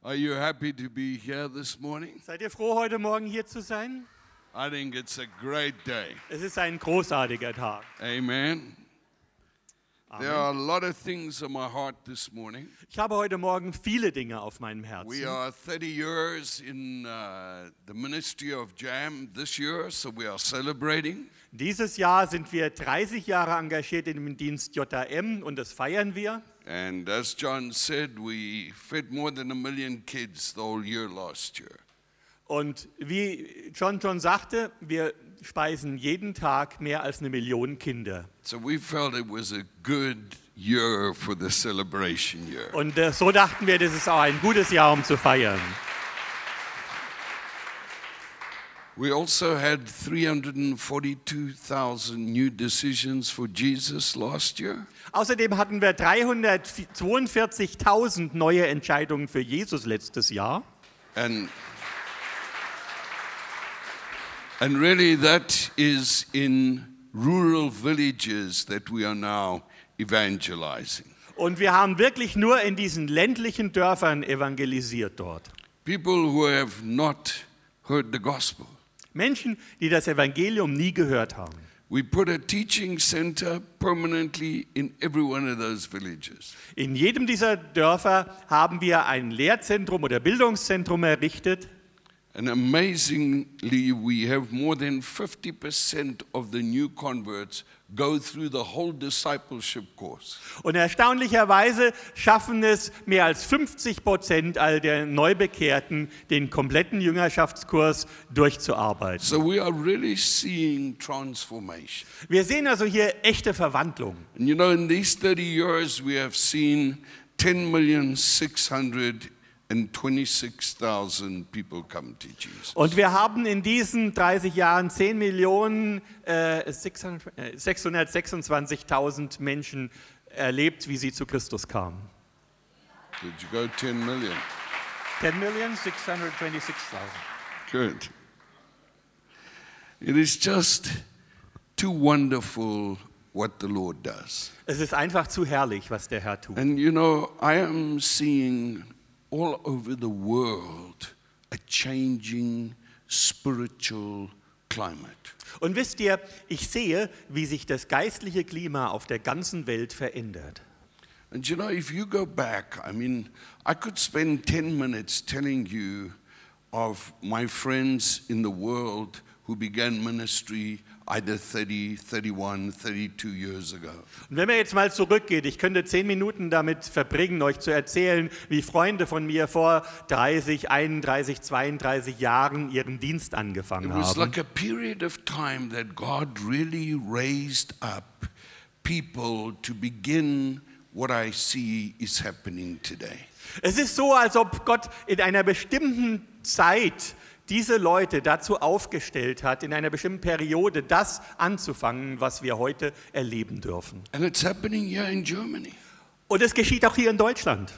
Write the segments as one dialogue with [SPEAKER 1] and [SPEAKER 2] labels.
[SPEAKER 1] Are you happy to be here this morning?
[SPEAKER 2] Seid ihr froh, heute Morgen hier zu sein?
[SPEAKER 1] I think it's a great day.
[SPEAKER 2] Es ist ein großartiger Tag.
[SPEAKER 1] Amen. There are a lot of things on my heart this morning.
[SPEAKER 2] Ich habe heute Morgen viele Dinge auf meinem
[SPEAKER 1] We
[SPEAKER 2] Herzen.
[SPEAKER 1] are 30 years in uh, the ministry of JAM this year, so we are celebrating.
[SPEAKER 2] Dieses Jahr sind wir 30 Jahre engagiert im Dienst JM und das feiern wir.
[SPEAKER 1] And as John said, we fed more than a million kids the whole year last year.
[SPEAKER 2] Und wie John John sagte, wir speisen jeden Tag mehr als eine Million Kinder.
[SPEAKER 1] So we felt it was a good year for the celebration year.
[SPEAKER 2] Und äh, so dachten wir, das ist auch ein gutes Jahr, um zu feiern.
[SPEAKER 1] We also had 342,000 new decisions for Jesus last year.
[SPEAKER 2] Außerdem hatten wir 342.000 neue Entscheidungen für Jesus letztes Jahr.
[SPEAKER 1] And, and really, that is in rural villages that we are now evangelizing.
[SPEAKER 2] Und wir haben wirklich nur in diesen ländlichen Dörfern evangelisiert dort.
[SPEAKER 1] People who have not heard the gospel.
[SPEAKER 2] Menschen, die das Evangelium nie gehört haben.
[SPEAKER 1] We put a teaching center permanently in every one of those villages.
[SPEAKER 2] In jedem dieser Dörfer haben wir ein Lehrzentrum oder Bildungszentrum errichtet.
[SPEAKER 1] And amazingly, we have more than 50% of the new converts go through the whole discipleship course.
[SPEAKER 2] Und erstaunlicherweise schaffen es mehr als 50 Prozent all der Neubekehrten, den kompletten Jüngerschaftskurs durchzuarbeiten.
[SPEAKER 1] So we are really seeing transformation.
[SPEAKER 2] Wir sehen also hier echte Verwandlung.
[SPEAKER 1] And you know, in these 30 years, we have seen 10,626,000 people come to Jesus.
[SPEAKER 2] Und wir haben in diesen 30 Jahren 10 Millionen äh, 600 äh, 626.000 Menschen erlebt, wie sie zu Christus kamen.
[SPEAKER 1] Did you go 10 million?
[SPEAKER 3] 10,626,000.
[SPEAKER 1] Good. It is just too wonderful what the Lord does.
[SPEAKER 2] Es ist einfach zu herrlich, was der Herr tut.
[SPEAKER 1] And you know, I am seeing all over the world a changing spiritual climate.
[SPEAKER 2] Und wisst ihr, ich sehe, wie sich das geistliche Klima auf der ganzen Welt verändert.
[SPEAKER 1] And you know, if you go back, I mean, I could spend 10 minutes telling you of my friends in the world who began ministry either 30, 31, 32 years ago.
[SPEAKER 2] Und wenn man jetzt mal zurückgeht, ich könnte zehn Minuten damit verbringen, euch zu erzählen, wie Freunde von mir vor 30, 31, 32 Jahren ihren Dienst
[SPEAKER 1] It
[SPEAKER 2] angefangen
[SPEAKER 1] was
[SPEAKER 2] haben.
[SPEAKER 1] like a period of time that God really raised up people to begin what I see is happening today.
[SPEAKER 2] Es ist so, als ob Gott in einer bestimmten Zeit diese Leute dazu aufgestellt hat, in einer bestimmten Periode das anzufangen, was wir heute erleben dürfen.
[SPEAKER 1] And it's happening here in Germany.
[SPEAKER 2] Und es geschieht auch hier in Deutschland.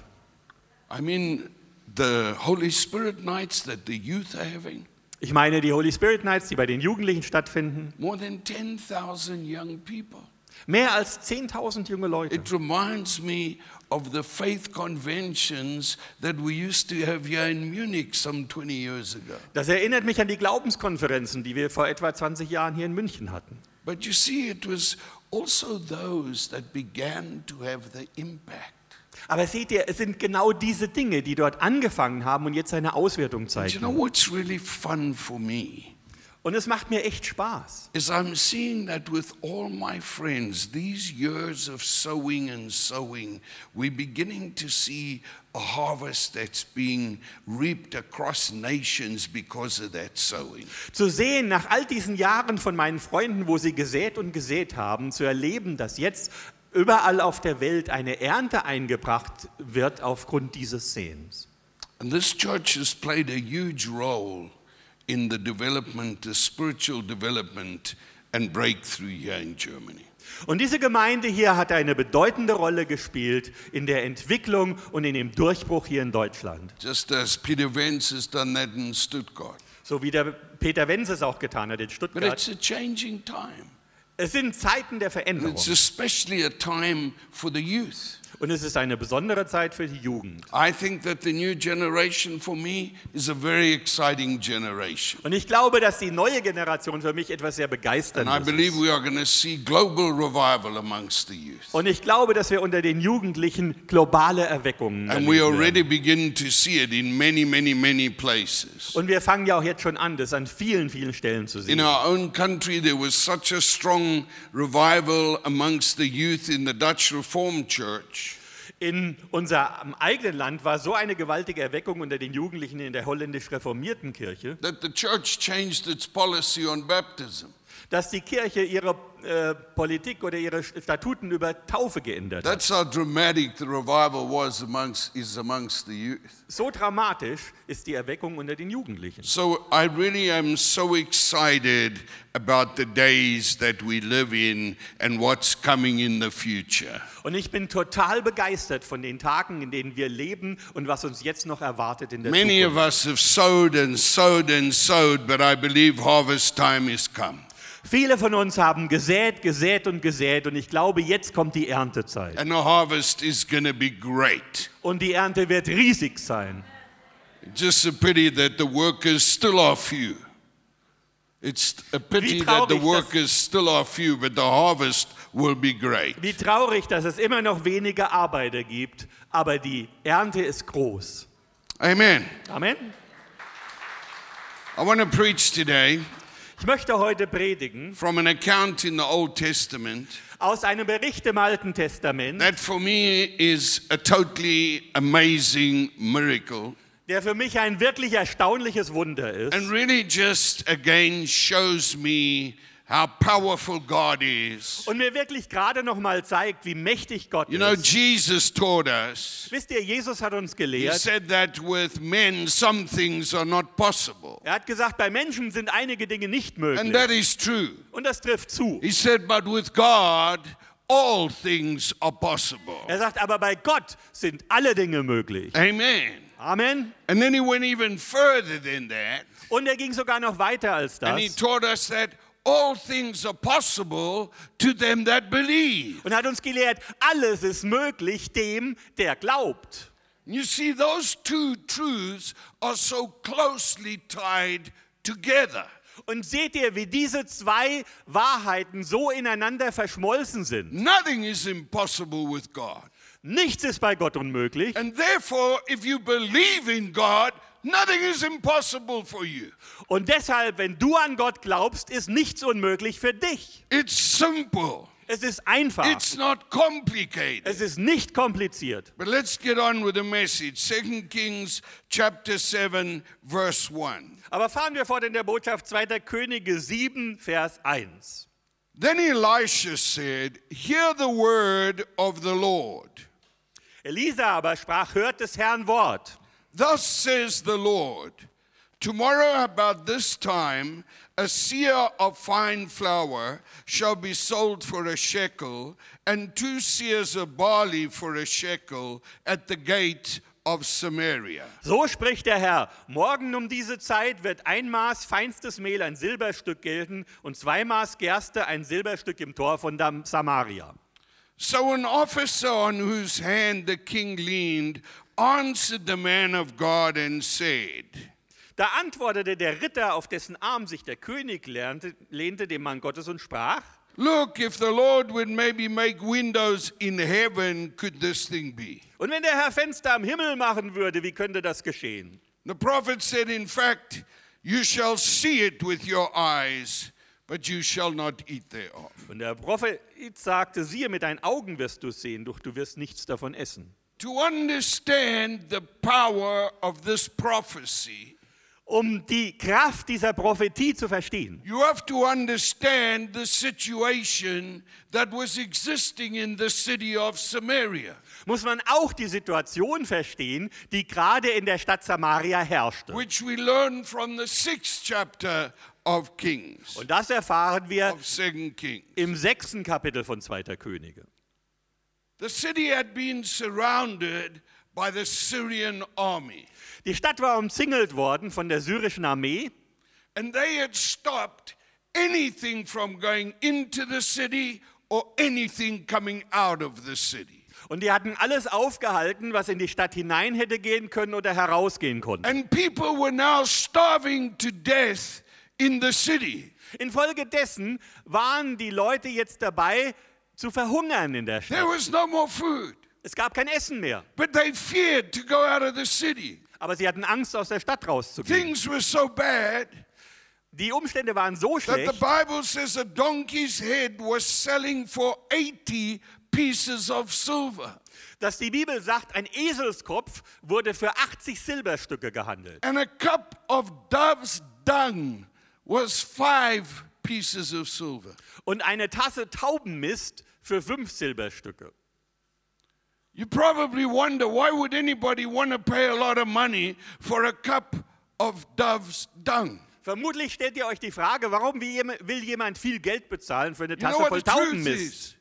[SPEAKER 1] I mean, the Holy Spirit nights that the youth are having,
[SPEAKER 2] Ich meine die Holy Spirit Nights, die bei den Jugendlichen stattfinden.
[SPEAKER 1] more than 10,000 young people.
[SPEAKER 2] Mehr als 10.000 junge Leute.
[SPEAKER 1] It reminds me of the faith conventions that we used to have here in Munich some 20 years ago.
[SPEAKER 2] Das erinnert mich an die Glaubenskonferenzen, die wir vor etwa 20 Jahren hier in München hatten.
[SPEAKER 1] But you see, it was also those that began to have the impact.
[SPEAKER 2] Aber seht ihr, es sind genau diese Dinge, die dort angefangen haben und jetzt eine Auswertung
[SPEAKER 1] And you know
[SPEAKER 2] zeigen.
[SPEAKER 1] what's really fun for me
[SPEAKER 2] Und es macht mir echt Spaß.
[SPEAKER 1] is I'm seeing that with all my friends, these years of sowing and sowing, we're beginning to see a harvest that's being reaped across nations because of that sowing.
[SPEAKER 2] Zu sehen, nach all diesen Jahren von meinen Freunden, wo sie gesät und gesät haben, zu erleben, dass jetzt überall auf der Welt eine Ernte eingebracht wird aufgrund dieses Säens.
[SPEAKER 1] And this church has played a huge role in the development, the spiritual development and breakthrough here in Germany.
[SPEAKER 2] Und diese Gemeinde hier hat eine bedeutende Rolle gespielt in der Entwicklung und in dem Durchbruch hier in Deutschland.
[SPEAKER 1] Just as Peter Vance has done that in Stuttgart.
[SPEAKER 2] So wie der Peter Wenz es auch getan hat in
[SPEAKER 1] But
[SPEAKER 2] Stuttgart.
[SPEAKER 1] it's a changing time.
[SPEAKER 2] Es sind Zeiten der
[SPEAKER 1] And
[SPEAKER 2] Veränderung.
[SPEAKER 1] it's especially a time for the youth.
[SPEAKER 2] Und es ist eine besondere Zeit für die Jugend.
[SPEAKER 1] I think that the new generation for me is a very exciting generation.
[SPEAKER 2] Und ich glaube, dass die neue Generation für mich etwas sehr
[SPEAKER 1] And I
[SPEAKER 2] Begeisterndes ist.
[SPEAKER 1] believe we are going to see global revival amongst the youth.
[SPEAKER 2] Und ich glaube, dass wir unter den Jugendlichen globale Erweckungen
[SPEAKER 1] And we
[SPEAKER 2] erleben werden.
[SPEAKER 1] already begin to see it in many, many, many places.
[SPEAKER 2] Und wir fangen ja auch jetzt schon an, das an vielen, vielen Stellen zu
[SPEAKER 1] In
[SPEAKER 2] sehen.
[SPEAKER 1] our own country, there was such a strong revival amongst the youth in the Dutch Reformed Church.
[SPEAKER 2] In unserem eigenen Land war so eine gewaltige Erweckung unter den Jugendlichen in der holländisch reformierten Kirche,
[SPEAKER 1] that the church changed its policy on baptism.
[SPEAKER 2] dass die Kirche ihre äh, Politik oder ihre Statuten über Taufe geändert hat.
[SPEAKER 1] That's how dramatic the revival was amongst is amongst the youth.
[SPEAKER 2] So dramatisch ist die Erweckung unter den Jugendlichen.
[SPEAKER 1] So I really am so excited about the days that we live in and what's coming in the future.
[SPEAKER 2] Und ich bin total begeistert von den Tagen, in denen wir leben und was uns jetzt noch erwartet in der
[SPEAKER 1] Many
[SPEAKER 2] Zukunft.
[SPEAKER 1] of us have sowed and sowed and sowed, but I believe harvest time is come.
[SPEAKER 2] Viele von uns haben gesät, gesät und gesät und ich glaube, jetzt kommt die Erntezeit.
[SPEAKER 1] And the harvest is going to be great.
[SPEAKER 2] Und die Ernte wird riesig sein.
[SPEAKER 1] Just a pity that the workers still are few. It's a pity that the
[SPEAKER 2] traurig, dass-
[SPEAKER 1] workers still are few, but the harvest will be great.
[SPEAKER 2] Wie traurig, dass es immer noch wenige Arbeiter gibt, aber die Ernte ist groß.
[SPEAKER 1] Amen.
[SPEAKER 2] Amen.
[SPEAKER 1] I want to preach today
[SPEAKER 2] Ich möchte heute predigen
[SPEAKER 1] from an account in the Old Testament
[SPEAKER 2] aus einem Bericht im Alten Testament,
[SPEAKER 1] that for me is a totally amazing miracle
[SPEAKER 2] der für mich ein wirklich erstaunliches Wunder ist.
[SPEAKER 1] and really just again shows me how powerful God is.
[SPEAKER 2] und mir wirklich gerade noch mal zeigt, wie mächtig Gott
[SPEAKER 1] You know,
[SPEAKER 2] ist.
[SPEAKER 1] Jesus taught us.
[SPEAKER 2] Wisst ihr, Jesus hat uns
[SPEAKER 1] He
[SPEAKER 2] gelehrt.
[SPEAKER 1] said that with men, some things are not possible.
[SPEAKER 2] Er hat gesagt, bei Menschen sind einige Dinge nicht
[SPEAKER 1] And
[SPEAKER 2] möglich.
[SPEAKER 1] that is true.
[SPEAKER 2] Und das trifft zu.
[SPEAKER 1] He said, but with God, all things are possible.
[SPEAKER 2] Er sagt, aber bei Gott sind alle Dinge möglich.
[SPEAKER 1] Amen.
[SPEAKER 2] Amen.
[SPEAKER 1] And then he went even further than that.
[SPEAKER 2] Und er ging sogar noch weiter als
[SPEAKER 1] And he
[SPEAKER 2] das
[SPEAKER 1] taught us that all things are possible to them that believe.
[SPEAKER 2] und hat uns gelehrt, alles ist möglich dem, der glaubt.
[SPEAKER 1] You see, those two truths are so closely tied together.
[SPEAKER 2] Und seht ihr, wie diese zwei Wahrheiten so ineinander verschmolzen sind?
[SPEAKER 1] Nothing is impossible with God.
[SPEAKER 2] Nichts ist bei Gott unmöglich.
[SPEAKER 1] And therefore, if you believe in God, nothing is impossible for you.
[SPEAKER 2] Und deshalb, wenn du an Gott glaubst, ist nichts unmöglich für dich.
[SPEAKER 1] It's simple.
[SPEAKER 2] Es ist einfach.
[SPEAKER 1] It's not complicated.
[SPEAKER 2] es ist nicht kompliziert.
[SPEAKER 1] But let's get on with the message. Second Kings chapter 7 verse 1.
[SPEAKER 2] Aber fahren wir fort in der Botschaft 2. Könige 7, Vers 1.
[SPEAKER 1] Then Elisha said, "Hear the word of the Lord.
[SPEAKER 2] Elisa aber sprach, hört des Herrn Wort.
[SPEAKER 1] Thus says the Lord, tomorrow about this time a seer of fine flour shall be sold for a shekel and two seers of barley for a shekel at the gate of Samaria."
[SPEAKER 2] So spricht der Herr, morgen um diese Zeit wird ein Maß feinstes Mehl ein Silberstück gelten und zwei Maß Gerste ein Silberstück im Tor von Dam- Samaria.
[SPEAKER 1] So an officer on whose hand the king leaned answered the man of God and said,
[SPEAKER 2] Da antwortete der Ritter, auf dessen Arm sich der König lernte, lehnte dem Mann Gottes und sprach,
[SPEAKER 1] Look, if the Lord would maybe make windows in heaven, could this thing be?
[SPEAKER 2] und wenn der Herr Fenster am Himmel machen würde, wie könnte das geschehen?
[SPEAKER 1] The prophet said, In fact, you shall see it with your eyes, but you shall not eat thereof.
[SPEAKER 2] Und der Prophet sagte, siehe, mit deinen Augen wirst du es sehen, doch du wirst nichts davon essen.
[SPEAKER 1] To understand the power of this prophecy,
[SPEAKER 2] Um die Kraft dieser Prophetie zu verstehen,
[SPEAKER 1] you have to understand the situation that was existing in the city of Samaria.
[SPEAKER 2] muss man auch die Situation verstehen, die gerade in der Stadt Samaria herrschte.
[SPEAKER 1] which we learn from the sixth chapter of Kings,
[SPEAKER 2] Und das erfahren wir
[SPEAKER 1] of Second Kings.
[SPEAKER 2] im sechsten Kapitel von Zweiter Könige.
[SPEAKER 1] The city had been surrounded by the Syrian army,
[SPEAKER 2] Die Stadt war umzingelt worden von der syrischen Armee
[SPEAKER 1] and they had stopped anything from going into the city or anything coming out of the city.
[SPEAKER 2] Und die hatten alles aufgehalten, was in die Stadt hinein hätte gehen können oder herausgehen konnte.
[SPEAKER 1] And people were now starving to death in the city.
[SPEAKER 2] Infolgedessen waren die Leute jetzt dabei, zu verhungern in der
[SPEAKER 1] There
[SPEAKER 2] Stadt.
[SPEAKER 1] was no more food.
[SPEAKER 2] Es gab kein Essen mehr,
[SPEAKER 1] But they feared to go out of the city.
[SPEAKER 2] aber sie hatten Angst, aus der Stadt rauszugehen.
[SPEAKER 1] Things were so bad
[SPEAKER 2] Die Umstände waren so
[SPEAKER 1] that the
[SPEAKER 2] schlecht,
[SPEAKER 1] Bible says a donkey's head was selling for 80 pieces of silver.
[SPEAKER 2] dass die Bibel sagt, ein Eselskopf wurde für 80 Silberstücke gehandelt.
[SPEAKER 1] And a cup of dove's dung was five pieces of silver.
[SPEAKER 2] Und eine Tasse Taubenmist für fünf Silberstücke.
[SPEAKER 1] You probably wonder why would anybody want to pay a lot of money for a cup of dove's dung?
[SPEAKER 2] Vermutlich stellt ihr euch die Frage, warum wie jem- will jemand viel Geld bezahlen für eine
[SPEAKER 1] You know
[SPEAKER 2] Tasse
[SPEAKER 1] what
[SPEAKER 2] voll
[SPEAKER 1] the truth
[SPEAKER 2] Taubenmist?
[SPEAKER 1] is?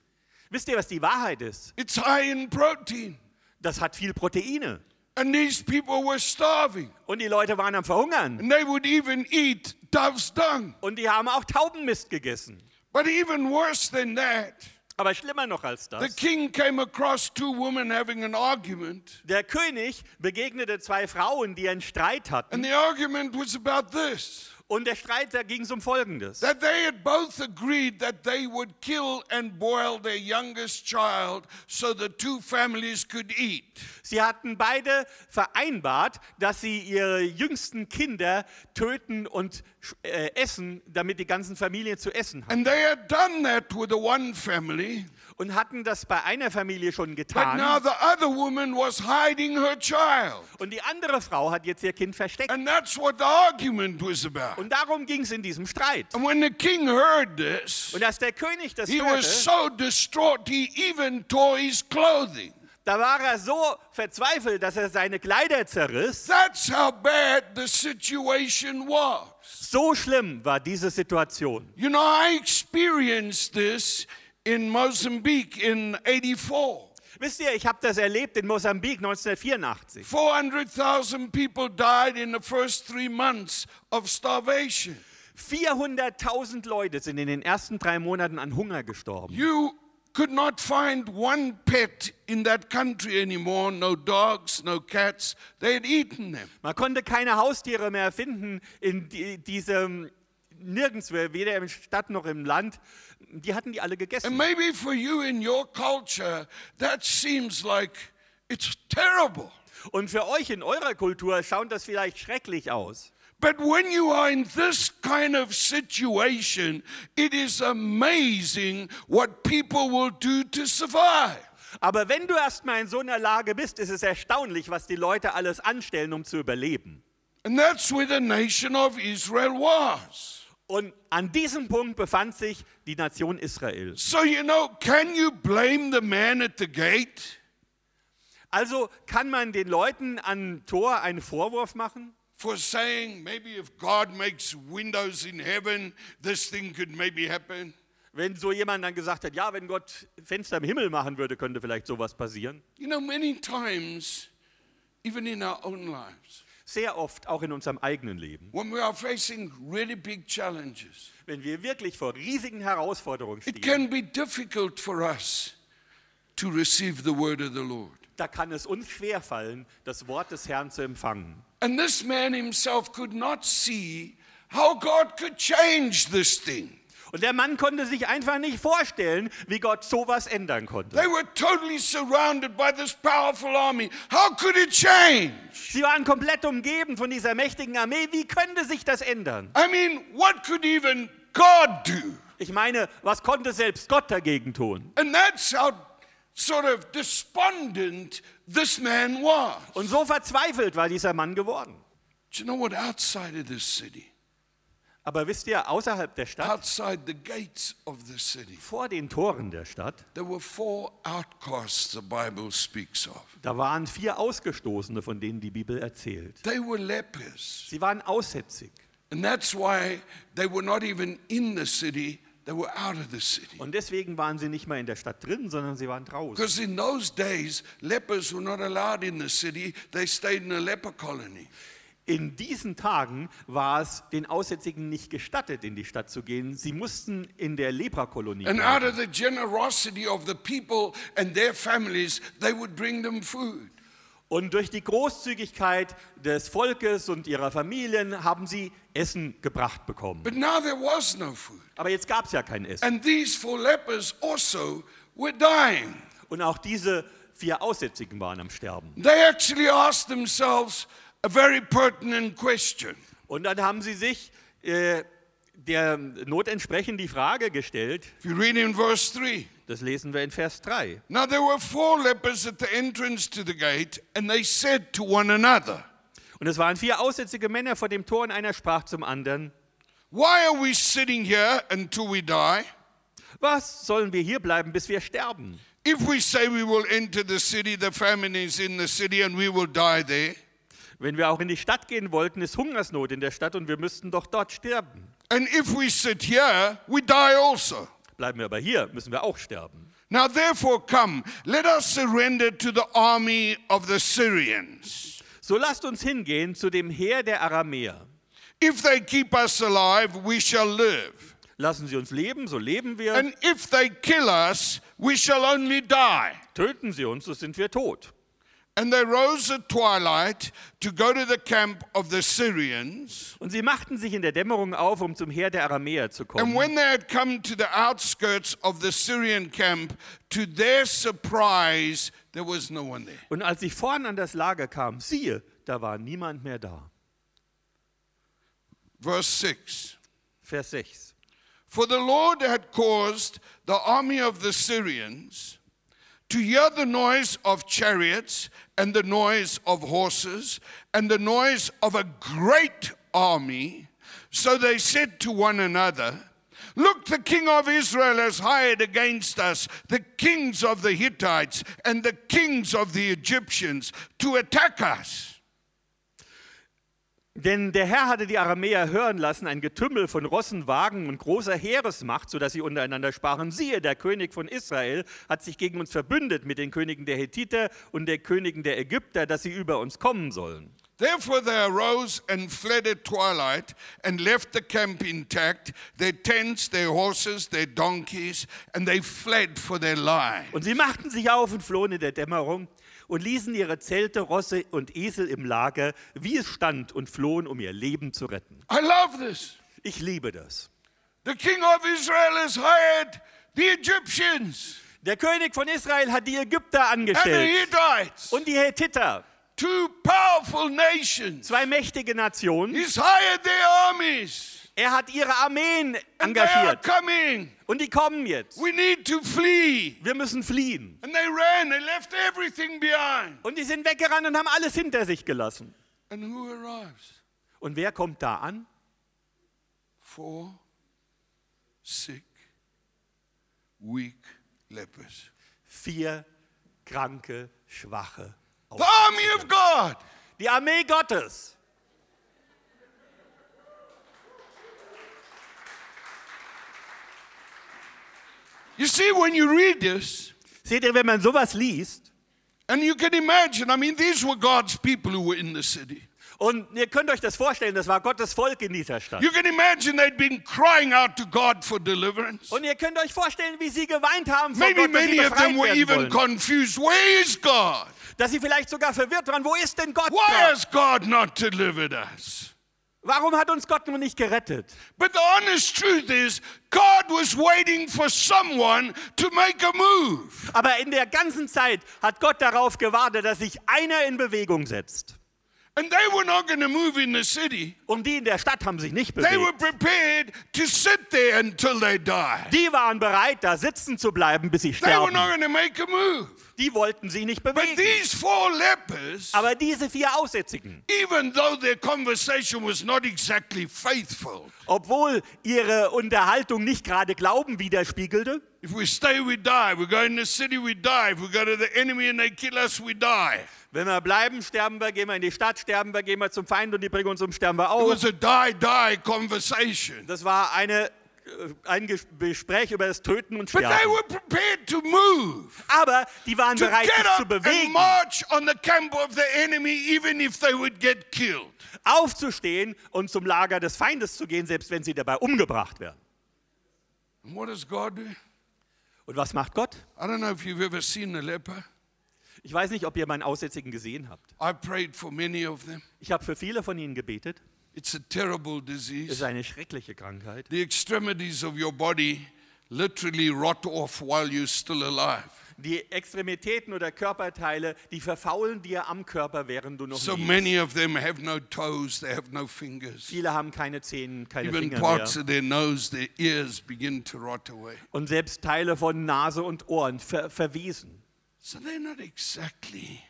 [SPEAKER 2] Wisst ihr, was die Wahrheit ist?
[SPEAKER 1] It's high in protein.
[SPEAKER 2] Das hat viel Proteine.
[SPEAKER 1] And these people were starving.
[SPEAKER 2] Und die Leute waren am Verhungern.
[SPEAKER 1] And they would even eat dove's dung.
[SPEAKER 2] Und die haben auch Taubenmist gegessen.
[SPEAKER 1] But even worse than that,
[SPEAKER 2] Aber schlimmer noch als das.
[SPEAKER 1] the king came across two women having an argument.
[SPEAKER 2] Der König begegnete zwei Frauen, die einen Streit hatten.
[SPEAKER 1] And the argument was about this
[SPEAKER 2] Und der Streit, da ging es um Folgendes.
[SPEAKER 1] that they had both agreed that they would kill and boil their youngest child so the two families could eat.
[SPEAKER 2] Sie hatten beide vereinbart, dass sie ihre jüngsten Kinder töten und äh, essen, damit die ganzen Familien zu essen haben.
[SPEAKER 1] And they had done that with the one family,
[SPEAKER 2] Und hatten das bei einer Familie schon
[SPEAKER 1] but now
[SPEAKER 2] getan.
[SPEAKER 1] the other woman was hiding her child.
[SPEAKER 2] Und die andere Frau hat jetzt ihr Kind versteckt.
[SPEAKER 1] And that's what the argument was about.
[SPEAKER 2] Und darum ging es in diesem Streit.
[SPEAKER 1] And when the king heard this,
[SPEAKER 2] Und als der König das
[SPEAKER 1] he
[SPEAKER 2] hörte,
[SPEAKER 1] was so distraught he even tore his clothing.
[SPEAKER 2] da war er so verzweifelt, dass er seine Kleider zerriss.
[SPEAKER 1] That's how bad the situation was.
[SPEAKER 2] So schlimm war diese Situation.
[SPEAKER 1] You know, I experienced this in Mozambique in 84.
[SPEAKER 2] Wisst ihr, ich habe das erlebt in Mosambik 1984.
[SPEAKER 1] 400,000 people died in the first three months of starvation.
[SPEAKER 2] 400.000 Leute sind in den ersten drei Monaten an Hunger gestorben.
[SPEAKER 1] You could not find one pet in that country anymore no dogs, no cats. They had eaten them.
[SPEAKER 2] Man konnte keine Haustiere mehr finden in di- diesem nirgends mehr, weder in der Stadt noch im Land. Die hatten die alle
[SPEAKER 1] And
[SPEAKER 2] gegessen.
[SPEAKER 1] maybe for you in your culture, that seems like it's terrible.
[SPEAKER 2] Und für euch in eurer Kultur schaut das vielleicht schrecklich aus.
[SPEAKER 1] But when you are in this kind of situation, it is amazing what people will do to survive.
[SPEAKER 2] Aber wenn du erstmal in so einer Lage bist, ist es erstaunlich, was die Leute alles anstellen, um zu überleben.
[SPEAKER 1] And that's where the nation of Israel was.
[SPEAKER 2] Und an diesem Punkt befand sich die Nation Israel.
[SPEAKER 1] So, you know, can you blame the man at the gate
[SPEAKER 2] Also kann man den Leuten an Tor einen Vorwurf machen?
[SPEAKER 1] for saying maybe if God makes windows in heaven, this thing could maybe happen?
[SPEAKER 2] Wenn so jemand dann gesagt hat, ja, wenn Gott Fenster im Himmel machen würde, könnte vielleicht sowas passieren.
[SPEAKER 1] You know, many times, even in our own lives,
[SPEAKER 2] Sehr oft auch in unserem eigenen Leben.
[SPEAKER 1] when we are facing really big challenges,
[SPEAKER 2] Wenn wir wirklich vor riesigen Herausforderungen
[SPEAKER 1] It
[SPEAKER 2] stehen,
[SPEAKER 1] can be difficult for us to receive the word of the Lord.
[SPEAKER 2] da kann es uns schwerfallen, das Wort des Herrn zu empfangen.
[SPEAKER 1] And this man himself could not see how God could change this thing.
[SPEAKER 2] Und der Mann konnte sich einfach nicht vorstellen, wie Gott sowas ändern konnte.
[SPEAKER 1] They were totally surrounded by this powerful army. How could it change?
[SPEAKER 2] Sie waren komplett umgeben von dieser mächtigen Armee. Wie könnte sich das ändern?
[SPEAKER 1] I mean, what could even God do?
[SPEAKER 2] Ich meine, was konnte selbst Gott dagegen tun?
[SPEAKER 1] And that's how sort of despondent this man was.
[SPEAKER 2] Und so verzweifelt war dieser Mann geworden.
[SPEAKER 1] Do you know what? Outside of this city,
[SPEAKER 2] Aber wisst ihr, außerhalb der Stadt,
[SPEAKER 1] outside the gates of the city,
[SPEAKER 2] vor den Toren der Stadt,
[SPEAKER 1] There were four outcasts the Bible speaks of.
[SPEAKER 2] da waren vier Ausgestoßene, von denen die Bibel erzählt.
[SPEAKER 1] They were lepers.
[SPEAKER 2] Sie waren aussätzig.
[SPEAKER 1] And that's why they were not even in the city, they were out of the city.
[SPEAKER 2] Und deswegen waren sie nicht mal in der Stadt drin, sondern sie waren draußen.
[SPEAKER 1] Because in those days, lepers were not allowed in the city, they stayed in a leper colony.
[SPEAKER 2] In diesen Tagen war es den Aussätzigen nicht gestattet, in die Stadt zu gehen. Sie mussten in der Leprakolonie.
[SPEAKER 1] And out
[SPEAKER 2] bleiben.
[SPEAKER 1] of the generosity of the people and their families, they would bring them food.
[SPEAKER 2] Und durch die Großzügigkeit des Volkes und ihrer Familien haben sie Essen gebracht bekommen.
[SPEAKER 1] But now there was no food.
[SPEAKER 2] Aber jetzt gab es ja kein Essen.
[SPEAKER 1] And these four lepers also were dying.
[SPEAKER 2] Und auch diese vier Aussätzigen waren am Sterben.
[SPEAKER 1] They actually asked themselves a very pertinent question
[SPEAKER 2] Und dann haben sie sich äh, der Not entsprechend die Frage gestellt,
[SPEAKER 1] If you read in verse 3,
[SPEAKER 2] das lesen wir in Vers 3.
[SPEAKER 1] now there were four lepers at the entrance to the gate, and they said to one another,
[SPEAKER 2] Und es waren vier aussätzige Männer vor dem Tor und einer sprach zum anderen,
[SPEAKER 1] Why are we sitting here until we die?
[SPEAKER 2] was sollen wir hier bleiben, bis wir sterben?
[SPEAKER 1] If we say we will enter the city, the famine is in the city, and we will die there.
[SPEAKER 2] Wenn wir auch in die Stadt gehen wollten, ist Hungersnot in der Stadt und wir müssten doch dort sterben.
[SPEAKER 1] And if we sit here, we die also.
[SPEAKER 2] Bleiben wir aber hier, müssen wir auch sterben.
[SPEAKER 1] Now therefore come, let us surrender to the army of the Syrians.
[SPEAKER 2] So lasst uns hingehen zu dem Heer der Aramäer.
[SPEAKER 1] If they keep us alive, we shall live.
[SPEAKER 2] Lassen sie uns leben, so leben wir.
[SPEAKER 1] And if they kill us, we shall only die.
[SPEAKER 2] Töten sie uns, so sind wir tot.
[SPEAKER 1] And they rose at twilight to go to the camp of the Syrians.
[SPEAKER 2] Und sie machten sich in der Dämmerung auf, um zum Heer der Aramäer zu
[SPEAKER 1] And
[SPEAKER 2] kommen.
[SPEAKER 1] when they had come to the outskirts of the Syrian camp, to their surprise, there was no one there.
[SPEAKER 2] Und als sie vorn an das Lager kamen, siehe, da war niemand mehr da.
[SPEAKER 1] Verse 6.
[SPEAKER 2] Vers 6.
[SPEAKER 1] For the Lord had caused the army of the Syrians to hear the noise of chariots and the noise of horses and the noise of a great army. So they said to one another, Look, the king of Israel has hired against us the kings of the Hittites and the kings of the Egyptians to attack us.
[SPEAKER 2] Denn der Herr hatte die Aramäer hören lassen, ein Getümmel von Rossen, Wagen und großer Heeresmacht, sodass sie untereinander sprachen. Siehe, der König von Israel hat sich gegen uns verbündet mit den Königen der Hethiter und der Königen der Ägypter, dass sie über uns kommen sollen.
[SPEAKER 1] Therefore they arose and fled at twilight and left the camp intact, their tents, their horses, their donkeys, and they fled for their lives.
[SPEAKER 2] Und sie machten sich auf und flohen in der Dämmerung und ließen ihre Zelte, Rosse und Esel im Lager, wie es stand, und flohen, um ihr Leben zu retten.
[SPEAKER 1] I love this.
[SPEAKER 2] Ich liebe das.
[SPEAKER 1] The king of Israel has hired the Egyptians
[SPEAKER 2] Der König von Israel hat die Ägypter
[SPEAKER 1] and the
[SPEAKER 2] angestellt
[SPEAKER 1] Hittites,
[SPEAKER 2] und die Hethiter,
[SPEAKER 1] two powerful nations.
[SPEAKER 2] zwei mächtige Nationen.
[SPEAKER 1] He's hired their armies.
[SPEAKER 2] Er hat ihre Armeen
[SPEAKER 1] And they are
[SPEAKER 2] engagiert
[SPEAKER 1] coming.
[SPEAKER 2] und die kommen jetzt.
[SPEAKER 1] We need to flee.
[SPEAKER 2] Wir müssen fliehen.
[SPEAKER 1] And they ran, they left everything behind.
[SPEAKER 2] Und die sind weggerannt und haben alles hinter sich gelassen.
[SPEAKER 1] And who arrives?
[SPEAKER 2] Und wer kommt da an?
[SPEAKER 1] four sick, weak lepers.
[SPEAKER 2] Vier kranke, schwache. Aus-
[SPEAKER 1] The army of God.
[SPEAKER 2] Die Armee Gottes.
[SPEAKER 1] You see, when you read this,
[SPEAKER 2] Seht ihr, wenn man sowas liest,
[SPEAKER 1] and you can imagine, I mean, these were God's people who were in the city.
[SPEAKER 2] und ihr könnt euch das vorstellen, das war Gottes Volk in dieser Stadt.
[SPEAKER 1] You can imagine they'd been crying out to God for deliverance.
[SPEAKER 2] Und ihr könnt euch vorstellen, wie sie geweint haben, vor
[SPEAKER 1] Maybe
[SPEAKER 2] Gott, dass sie
[SPEAKER 1] many of them
[SPEAKER 2] befreit
[SPEAKER 1] were
[SPEAKER 2] werden
[SPEAKER 1] even
[SPEAKER 2] wollen.
[SPEAKER 1] confused. Where is God?
[SPEAKER 2] Dass sie vielleicht sogar verwirrt waren, wo ist denn Gott?
[SPEAKER 1] Why
[SPEAKER 2] da?
[SPEAKER 1] has God not delivered us?
[SPEAKER 2] Warum hat uns Gott nur nicht gerettet?
[SPEAKER 1] But the honest truth is, God was waiting for someone to make a move.
[SPEAKER 2] Aber in der ganzen Zeit hat Gott darauf gewartet, dass sich einer in Bewegung setzt.
[SPEAKER 1] And they were not going to move in the city.
[SPEAKER 2] Und die in der Stadt haben sich nicht
[SPEAKER 1] They were
[SPEAKER 2] bewegt.
[SPEAKER 1] prepared to sit there until they die.
[SPEAKER 2] Die waren bereit, da sitzen zu bleiben, bis sie
[SPEAKER 1] They were not
[SPEAKER 2] sterben.
[SPEAKER 1] going to make a move.
[SPEAKER 2] Die wollten sie nicht
[SPEAKER 1] But
[SPEAKER 2] bewegen.
[SPEAKER 1] these four lepers,
[SPEAKER 2] Aber diese vier Aussätzigen,
[SPEAKER 1] even though their conversation was not exactly faithful,
[SPEAKER 2] obwohl ihre Unterhaltung nicht gerade Glauben widerspiegelte,
[SPEAKER 1] if we stay, we die. We go in the city, we die. If we go to the enemy and they kill us, we die.
[SPEAKER 2] wenn wir bleiben, sterben wir, gehen wir in die Stadt, sterben wir, gehen wir zum Feind und die bringen uns um, sterben wir
[SPEAKER 1] It
[SPEAKER 2] auf.
[SPEAKER 1] was a die die conversation.
[SPEAKER 2] Das war eine äh, ein Ges- Gespräch über das Töten und
[SPEAKER 1] But they
[SPEAKER 2] Sterben.
[SPEAKER 1] were prepared to move,
[SPEAKER 2] Aber die waren
[SPEAKER 1] to
[SPEAKER 2] bereit,
[SPEAKER 1] get
[SPEAKER 2] sich zu
[SPEAKER 1] up and
[SPEAKER 2] bewegen,
[SPEAKER 1] march on the camp of the enemy, even if they would get killed.
[SPEAKER 2] aufzustehen und zum Lager des Feindes zu gehen, selbst wenn sie dabei umgebracht werden.
[SPEAKER 1] And what does God do?
[SPEAKER 2] Und was macht Gott?
[SPEAKER 1] I don't know if you've ever seen a leper.
[SPEAKER 2] Ich weiß nicht, ob ihr meinen Aussätzigen gesehen habt.
[SPEAKER 1] I prayed for many of them.
[SPEAKER 2] Ich habe für viele von ihnen gebetet.
[SPEAKER 1] It's a terrible
[SPEAKER 2] Es ist
[SPEAKER 1] disease.
[SPEAKER 2] eine schreckliche Krankheit.
[SPEAKER 1] The extremities of your body literally rot off while you're still alive.
[SPEAKER 2] Die Extremitäten oder Körperteile, die verfaulen dir am Körper, während du noch
[SPEAKER 1] So
[SPEAKER 2] lebst.
[SPEAKER 1] many of them have no toes, they have no fingers.
[SPEAKER 2] Viele haben keine Zähne, keine
[SPEAKER 1] Even
[SPEAKER 2] Finger
[SPEAKER 1] parts
[SPEAKER 2] mehr.
[SPEAKER 1] of their nose, their ears begin to rot away.
[SPEAKER 2] Und selbst Teile von Nase und Ohren ver verwiesen.
[SPEAKER 1] So they're not exactly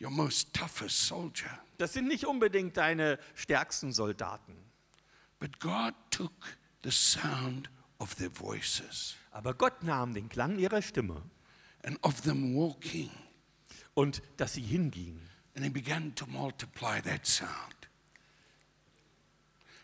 [SPEAKER 1] your most toughest soldier.
[SPEAKER 2] Das sind nicht unbedingt deine stärksten Soldaten.
[SPEAKER 1] But God took the sound of their voices
[SPEAKER 2] Aber Gott nahm den Klang ihrer Stimme
[SPEAKER 1] and of them walking,
[SPEAKER 2] und dass sie hingingen.
[SPEAKER 1] and He began to multiply that sound.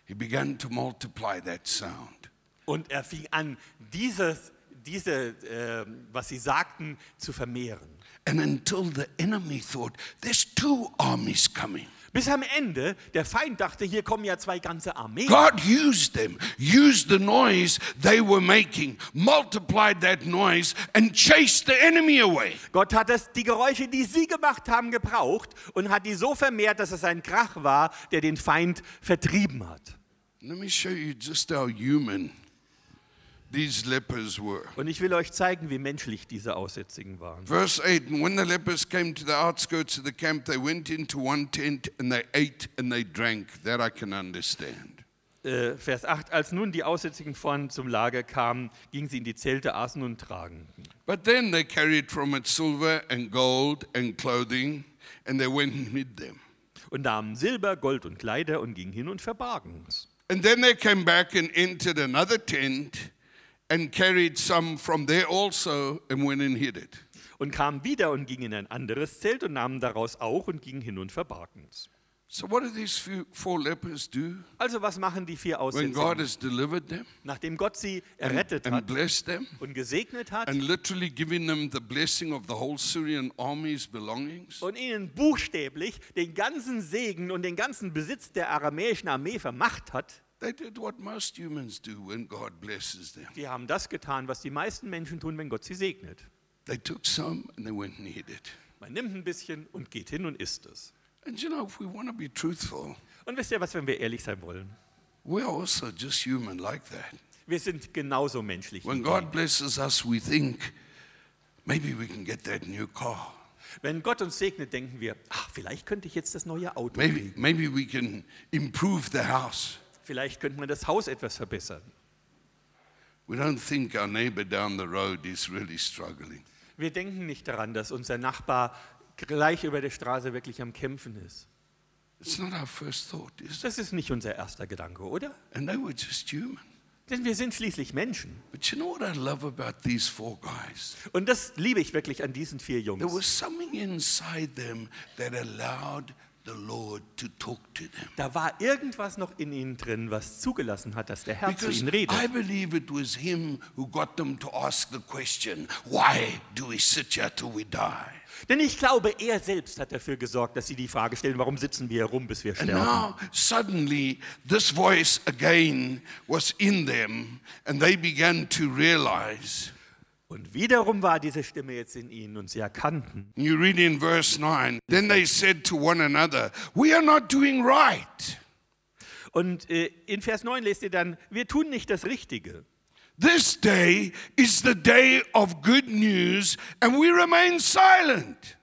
[SPEAKER 1] He began to multiply that sound.
[SPEAKER 2] Und er fing an, dieses, diese, äh, was sie sagten, zu vermehren.
[SPEAKER 1] And until the enemy thought, there's two armies coming.
[SPEAKER 2] Bis am Ende, der Feind dachte, hier kommen ja zwei ganze Armeen.
[SPEAKER 1] God used them, used the noise they were making, multiplied that noise, and chased the enemy away.
[SPEAKER 2] Gott hat das, die Geräusche, die sie gemacht haben, gebraucht und hat die so vermehrt, dass es ein Krach war, der den Feind vertrieben hat.
[SPEAKER 1] Let me show you just how human these lepers were.
[SPEAKER 2] Und ich will euch zeigen, wie menschlich diese Aussätzigen waren.
[SPEAKER 1] Verse 8 And when the lepers came to the outskirts of the camp, they went into one tent and they ate and they drank. That I can understand.
[SPEAKER 2] Äh, Vers 8, als nun die Aussätzigen vorn zum Lager kamen, gingen sie in die Zelte, aßen und tragen.
[SPEAKER 1] But then they carried from it silver and gold and clothing, and they went and hid them.
[SPEAKER 2] Und nahmen Silber, Gold und Kleider und gingen hin und verbargen es.
[SPEAKER 1] And then they came back and entered another tent and carried some from there also and went and hid it.
[SPEAKER 2] Und kamen wieder und gingen in ein anderes Zelt und nahmen daraus auch und gingen hin und verbargen es.
[SPEAKER 1] So, what do these few, four lepers do
[SPEAKER 2] Also was machen die vier
[SPEAKER 1] when God
[SPEAKER 2] Aussätzigen?
[SPEAKER 1] has delivered them
[SPEAKER 2] Nachdem Gott sie errettet
[SPEAKER 1] and
[SPEAKER 2] hat
[SPEAKER 1] blessed them?
[SPEAKER 2] und gesegnet hat,
[SPEAKER 1] and literally giving them the blessing of the whole Syrian army's belongings.
[SPEAKER 2] und ihnen buchstäblich den ganzen Segen und den ganzen Besitz der aramäischen Armee vermacht hat,
[SPEAKER 1] They did what most humans do when God blesses them.
[SPEAKER 2] die haben das getan, was die meisten Menschen tun, wenn Gott sie segnet.
[SPEAKER 1] They took some and they went and hid it.
[SPEAKER 2] Man nimmt ein bisschen und geht hin und isst es.
[SPEAKER 1] And you know, if we want to be truthful,
[SPEAKER 2] Und wisst ihr was, wenn wir ehrlich sein wollen?
[SPEAKER 1] we're also just human like that.
[SPEAKER 2] Wir sind genauso menschlich.
[SPEAKER 1] When
[SPEAKER 2] wie
[SPEAKER 1] God blesses us, we think maybe we can get that new car.
[SPEAKER 2] die. Wenn Gott uns segnet, denken wir, ach, vielleicht könnte ich jetzt das neue Auto kriegen.
[SPEAKER 1] Maybe, maybe we can improve the house.
[SPEAKER 2] Vielleicht könnte man das Haus etwas verbessern.
[SPEAKER 1] We don't think our neighbor down the road is really struggling.
[SPEAKER 2] Wir denken nicht daran, dass unser Nachbar gleich über der Straße wirklich am Kämpfen ist.
[SPEAKER 1] It's not our first thought, is it?
[SPEAKER 2] Das ist nicht unser erster Gedanke, oder?
[SPEAKER 1] And they were just human.
[SPEAKER 2] Denn wir sind schließlich Menschen.
[SPEAKER 1] But you know what I love about these four guys?
[SPEAKER 2] Und das liebe ich wirklich an diesen vier
[SPEAKER 1] There
[SPEAKER 2] Jungs.
[SPEAKER 1] was something inside them that allowed the Lord to talk to them.
[SPEAKER 2] Da war irgendwas noch in ihnen drin, was zugelassen hat, dass der Herr zu
[SPEAKER 1] Because
[SPEAKER 2] ihnen
[SPEAKER 1] I
[SPEAKER 2] redet.
[SPEAKER 1] believe it was Him who got them to ask the question, why do we sit here till we die?
[SPEAKER 2] Denn ich glaube, er selbst hat dafür gesorgt, dass sie die Frage stellen, warum sitzen wir herum, bis wir
[SPEAKER 1] And
[SPEAKER 2] sterben.
[SPEAKER 1] now, suddenly, this voice again was in them, and they began to realize.
[SPEAKER 2] Und wiederum war diese Stimme jetzt in ihnen und sie erkannten.
[SPEAKER 1] You read in verse 9 Then they said to one another, We are not doing right.
[SPEAKER 2] Und äh, in Vers 9 lest ihr dann, wir tun nicht das Richtige.
[SPEAKER 1] This day is the day of good news, and we remain silent.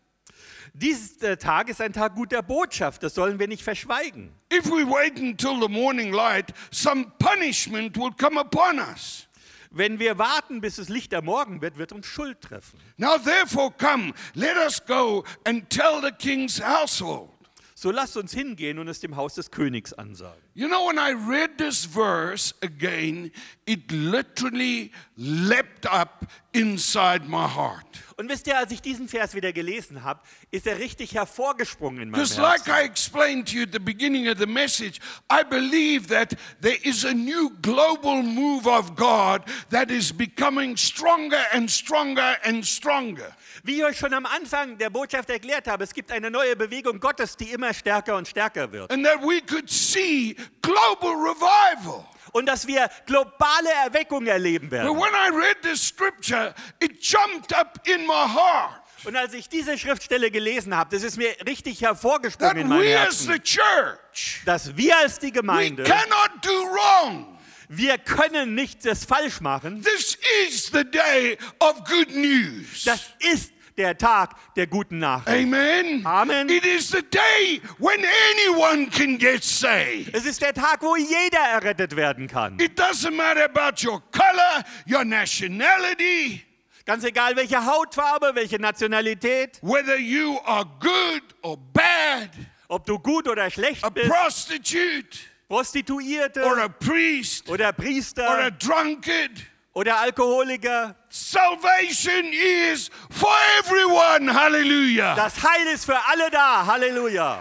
[SPEAKER 2] Dieser äh, Tag ist ein Tag guter Botschaft, das sollen wir nicht verschweigen.
[SPEAKER 1] If we wait until the morning light, some punishment will come upon us.
[SPEAKER 2] Wenn wir warten, bis es lichter Morgen wird, wird uns Schuld treffen.
[SPEAKER 1] Now, therefore, come, let us go and tell the king's household.
[SPEAKER 2] So lasst uns hingehen und es dem Haus des Königs ansagen.
[SPEAKER 1] You know, when I read this verse again, it literally leapt up inside my heart.
[SPEAKER 2] Und wisst ihr, als ich diesen Vers wieder gelesen habe, ist er richtig hervorgesprungen in meinem
[SPEAKER 1] Because,
[SPEAKER 2] Herzen.
[SPEAKER 1] like I explained to you at the beginning of the message, I believe that there is a new global move of God that is becoming stronger and stronger and stronger.
[SPEAKER 2] Wie ich euch schon am Anfang der Botschaft erklärt habe, es gibt eine neue Bewegung Gottes, die immer stärker und stärker wird.
[SPEAKER 1] And that we could see global revival.
[SPEAKER 2] Und dass wir globale Erweckung erleben
[SPEAKER 1] But
[SPEAKER 2] werden.
[SPEAKER 1] when I read this scripture, it jumped up in my heart
[SPEAKER 2] Und als ich diese Schriftstelle gelesen habe, das ist mir richtig
[SPEAKER 1] that
[SPEAKER 2] hervorgesprungen in meinem
[SPEAKER 1] we as
[SPEAKER 2] Herzen,
[SPEAKER 1] the church,
[SPEAKER 2] dass wir als die
[SPEAKER 1] we
[SPEAKER 2] Gemeinde,
[SPEAKER 1] cannot do wrong.
[SPEAKER 2] wir können nicht das falsch machen.
[SPEAKER 1] This is the day of good news.
[SPEAKER 2] Das ist der Tag der guten Nachricht.
[SPEAKER 1] Amen.
[SPEAKER 2] Amen.
[SPEAKER 1] It is the day when anyone can get saved.
[SPEAKER 2] Es ist der Tag, wo jeder errettet werden kann.
[SPEAKER 1] It doesn't matter about your color, your nationality,
[SPEAKER 2] Ganz egal, welche Hautfarbe, welche Nationalität,
[SPEAKER 1] whether you are good or bad,
[SPEAKER 2] ob du gut oder schlecht
[SPEAKER 1] a
[SPEAKER 2] bist,
[SPEAKER 1] prostitute or
[SPEAKER 2] Prostituierte
[SPEAKER 1] a priest
[SPEAKER 2] oder
[SPEAKER 1] or a
[SPEAKER 2] Priester
[SPEAKER 1] drunkard.
[SPEAKER 2] oder Alkoholiker.
[SPEAKER 1] Salvation is for everyone. Hallelujah.
[SPEAKER 2] Das Heil ist für alle da. Halleluja.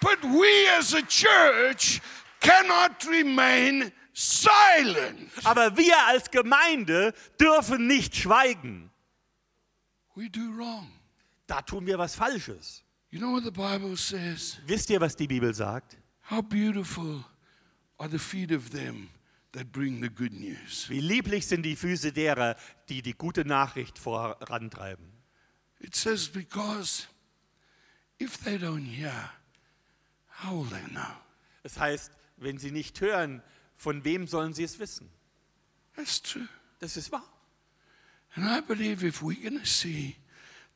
[SPEAKER 1] But we as a church cannot remain silent.
[SPEAKER 2] Aber wir als Gemeinde dürfen nicht schweigen.
[SPEAKER 1] We do wrong.
[SPEAKER 2] Da tun wir was Falsches.
[SPEAKER 1] You know what the Bible says?
[SPEAKER 2] Wisst ihr, was die Bibel sagt?
[SPEAKER 1] How beautiful are the feet of them that bring the good news.
[SPEAKER 2] Wie lieblich sind die Füße derer, die die gute Nachricht vorantreiben.
[SPEAKER 1] It says, because if they don't hear, how will they know?
[SPEAKER 2] Das heißt, wenn sie nicht hören, von wem sollen sie es wissen?
[SPEAKER 1] That's true.
[SPEAKER 2] Das ist wahr.
[SPEAKER 1] And I believe if we're going to see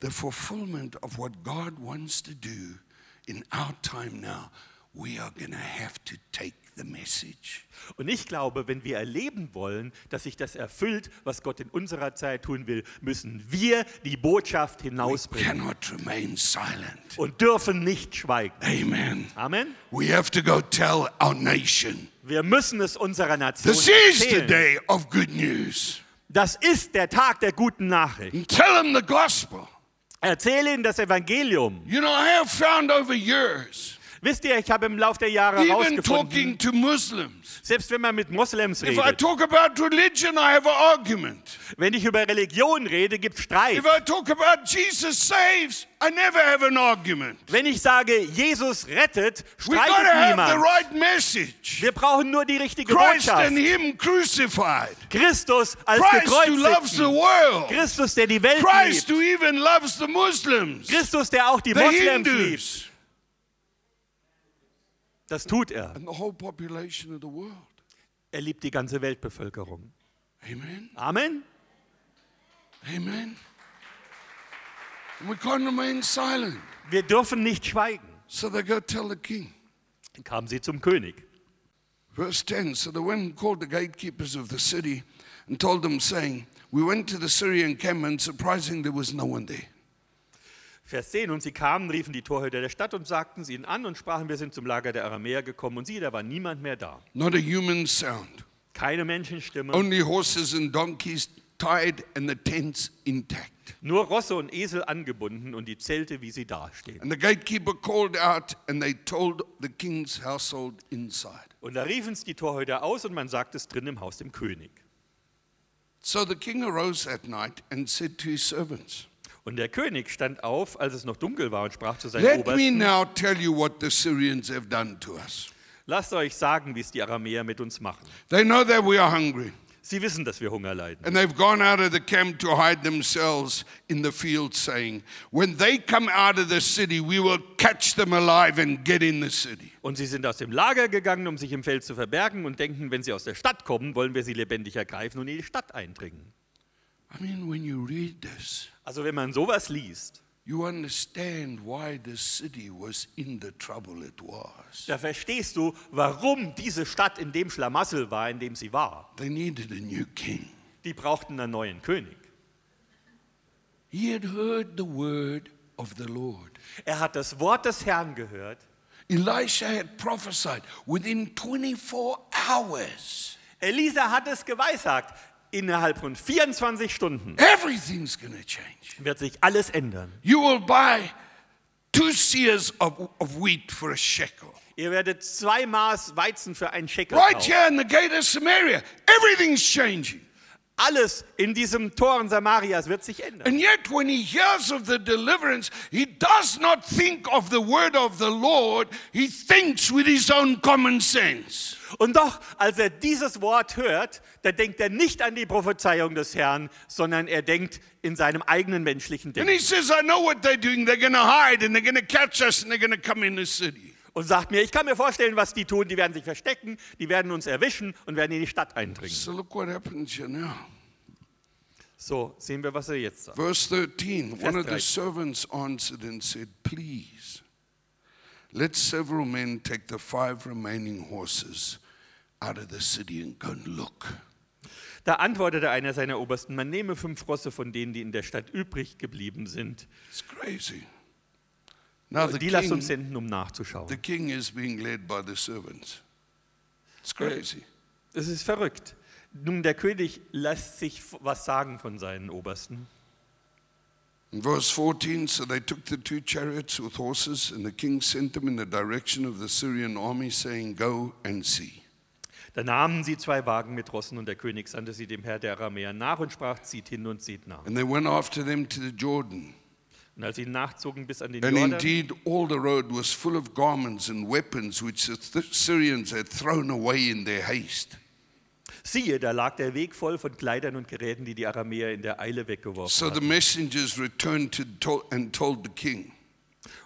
[SPEAKER 1] the fulfillment of what God wants to do in our time now, we are going to have to take the message.
[SPEAKER 2] Und ich glaube, wenn wir erleben wollen, dass sich das erfüllt, was Gott in unserer Zeit tun will, müssen wir die Botschaft hinausbringen
[SPEAKER 1] Cannot remain silent.
[SPEAKER 2] und dürfen nicht schweigen.
[SPEAKER 1] Amen.
[SPEAKER 2] Amen.
[SPEAKER 1] We have to go tell our nation.
[SPEAKER 2] Wir müssen es unserer Nation
[SPEAKER 1] This is the
[SPEAKER 2] erzählen.
[SPEAKER 1] day of good news.
[SPEAKER 2] Das ist der Tag der guten Nachricht.
[SPEAKER 1] And tell them the gospel.
[SPEAKER 2] Erzähle ihnen das Evangelium.
[SPEAKER 1] You know, I have found over years,
[SPEAKER 2] Wisst ihr, ich habe im Laufe der Jahre
[SPEAKER 1] even
[SPEAKER 2] herausgefunden,
[SPEAKER 1] talking to Muslims,
[SPEAKER 2] selbst wenn man mit Moslems
[SPEAKER 1] if I
[SPEAKER 2] redet,
[SPEAKER 1] talk about religion, I have an argument.
[SPEAKER 2] wenn ich über Religion rede, gibt es Streit.
[SPEAKER 1] If I talk about Jesus saves, I never have an argument.
[SPEAKER 2] Wenn ich sage, Jesus rettet,
[SPEAKER 1] We gotta
[SPEAKER 2] streitet
[SPEAKER 1] have the
[SPEAKER 2] niemand.
[SPEAKER 1] right message.
[SPEAKER 2] Wir brauchen nur die richtige
[SPEAKER 1] Christ
[SPEAKER 2] Botschaft.
[SPEAKER 1] and Him crucified.
[SPEAKER 2] Christus als
[SPEAKER 1] Christ who loves the
[SPEAKER 2] gekreuzigten.
[SPEAKER 1] world.
[SPEAKER 2] Christus, der die Welt
[SPEAKER 1] Christ
[SPEAKER 2] liebt.
[SPEAKER 1] who even loves the Muslims,
[SPEAKER 2] Christus, der auch die
[SPEAKER 1] the
[SPEAKER 2] Moslems liebt.
[SPEAKER 1] Hindus,
[SPEAKER 2] Das tut er.
[SPEAKER 1] and the whole population of the world.
[SPEAKER 2] Er liebt die ganze Weltbevölkerung.
[SPEAKER 1] Amen.
[SPEAKER 2] Amen.
[SPEAKER 1] Amen. And we can't remain silent.
[SPEAKER 2] Wir dürfen nicht schweigen.
[SPEAKER 1] So they go tell the king.
[SPEAKER 2] Dann kamen sie zum König.
[SPEAKER 1] Verse 10 So the women called the gatekeepers of the city and told them, saying, We went to the Syrian camp and surprising there was no one there.
[SPEAKER 2] Vers 10. Und sie kamen, riefen die Torhüter der Stadt und sagten sie ihnen an und sprachen, wir sind zum Lager der Aramäer gekommen. Und siehe, da war niemand mehr da.
[SPEAKER 1] Not a human sound,
[SPEAKER 2] Keine Menschenstimme,
[SPEAKER 1] only horses and donkeys tied and the tents intact.
[SPEAKER 2] nur Rosse und Esel angebunden und die Zelte, wie sie dastehen.
[SPEAKER 1] And the gatekeeper called out and they told the king's household inside.
[SPEAKER 2] Und da riefen es die Torhüter aus und man sagte es drin im Haus dem König.
[SPEAKER 1] So the king arose that night and said to his servants,
[SPEAKER 2] Und der König stand auf, als es noch dunkel war, und sprach zu seinen
[SPEAKER 1] Let me
[SPEAKER 2] Obersten:
[SPEAKER 1] now tell you what the Syrians have done to us.
[SPEAKER 2] Lasst euch sagen, wie es die Aramäer mit uns machen.
[SPEAKER 1] They know that we are hungry,
[SPEAKER 2] Sie wissen, dass wir Hunger leiden.
[SPEAKER 1] and they've gone out of the camp to hide themselves in the field, saying, When they come out of the city, we will catch them alive and get in the city.
[SPEAKER 2] Und sie sind aus dem Lager gegangen, um sich im Feld zu verbergen und denken, wenn sie aus der Stadt kommen, wollen wir sie lebendig ergreifen und in die Stadt eindringen.
[SPEAKER 1] I mean, when you read this,
[SPEAKER 2] Also, wenn man sowas liest,
[SPEAKER 1] you understand why the city was in the trouble it was.
[SPEAKER 2] da verstehst du, warum diese Stadt in dem Schlamassel war, in dem sie war.
[SPEAKER 1] They needed a new king.
[SPEAKER 2] Die brauchten einen neuen König.
[SPEAKER 1] He had heard the word of the Lord.
[SPEAKER 2] Er hat das Wort des Herrn gehört.
[SPEAKER 1] Elisha had prophesied within 24 hours.
[SPEAKER 2] Elisa hat es geweissagt. Innerhalb von 24 Stunden
[SPEAKER 1] Everything's going to change.
[SPEAKER 2] wird sich alles ändern.
[SPEAKER 1] You will buy two sears of, of wheat for a shekel.
[SPEAKER 2] Ihr werdet zwei Maß Weizen für einen Shekel
[SPEAKER 1] Right
[SPEAKER 2] kaufen.
[SPEAKER 1] here in the gate of Samaria, everything's changing.
[SPEAKER 2] Alles in diesem Toren Samarias wird sich ändern.
[SPEAKER 1] And yet, when he hears of the deliverance, he does not think of the word of the Lord. He thinks with his own common sense.
[SPEAKER 2] Und doch, als er dieses Wort hört, da denkt er nicht an die Prophezeiung des Herrn, sondern er denkt in seinem eigenen menschlichen
[SPEAKER 1] And
[SPEAKER 2] Denken
[SPEAKER 1] he says, I know what they're doing. They're going to hide and they're going to catch us and they're going to come in the city.
[SPEAKER 2] und sagt mir, ich kann mir vorstellen, was die tun. Die werden sich verstecken, die werden uns erwischen und werden in die Stadt eindringen.
[SPEAKER 1] So, look what happens here now.
[SPEAKER 2] So, sehen wir, was er jetzt sagt.
[SPEAKER 1] Verse 13 One of the
[SPEAKER 2] 13.
[SPEAKER 1] servants answered and said, Please, let several men take the five remaining horses out of the city and go and look.
[SPEAKER 2] Da antwortete einer seiner Obersten, man nehme fünf Rosse von denen, die in der Stadt übrig geblieben sind.
[SPEAKER 1] It's crazy. Now, the
[SPEAKER 2] Die lasst uns
[SPEAKER 1] Also king,
[SPEAKER 2] senden, um nachzuschauen.
[SPEAKER 1] the king is being led by the servants. It's crazy.
[SPEAKER 2] Es ist verrückt. Nun, der König lässt sich f- was sagen von seinen Obersten.
[SPEAKER 1] In verse 14, so they took the two chariots with horses, and the king sent them in the direction of the Syrian army, saying, Go and see.
[SPEAKER 2] Da nahmen sie zwei Wagen mit Rossen und der König sandte sie dem Herr der Aramäer nach und sprach, zieht hin und zieht nach.
[SPEAKER 1] And they went after them to the Jordan.
[SPEAKER 2] Und als sie nachzogen bis an den
[SPEAKER 1] And
[SPEAKER 2] Jordan,
[SPEAKER 1] indeed, all the road was full of garments and weapons which the Th- Syrians had thrown away in their haste.
[SPEAKER 2] siehe, da lag der Weg voll von Kleidern und Geräten, die die Aramäer in der Eile weggeworfen
[SPEAKER 1] So the messengers returned to, to, and told the king.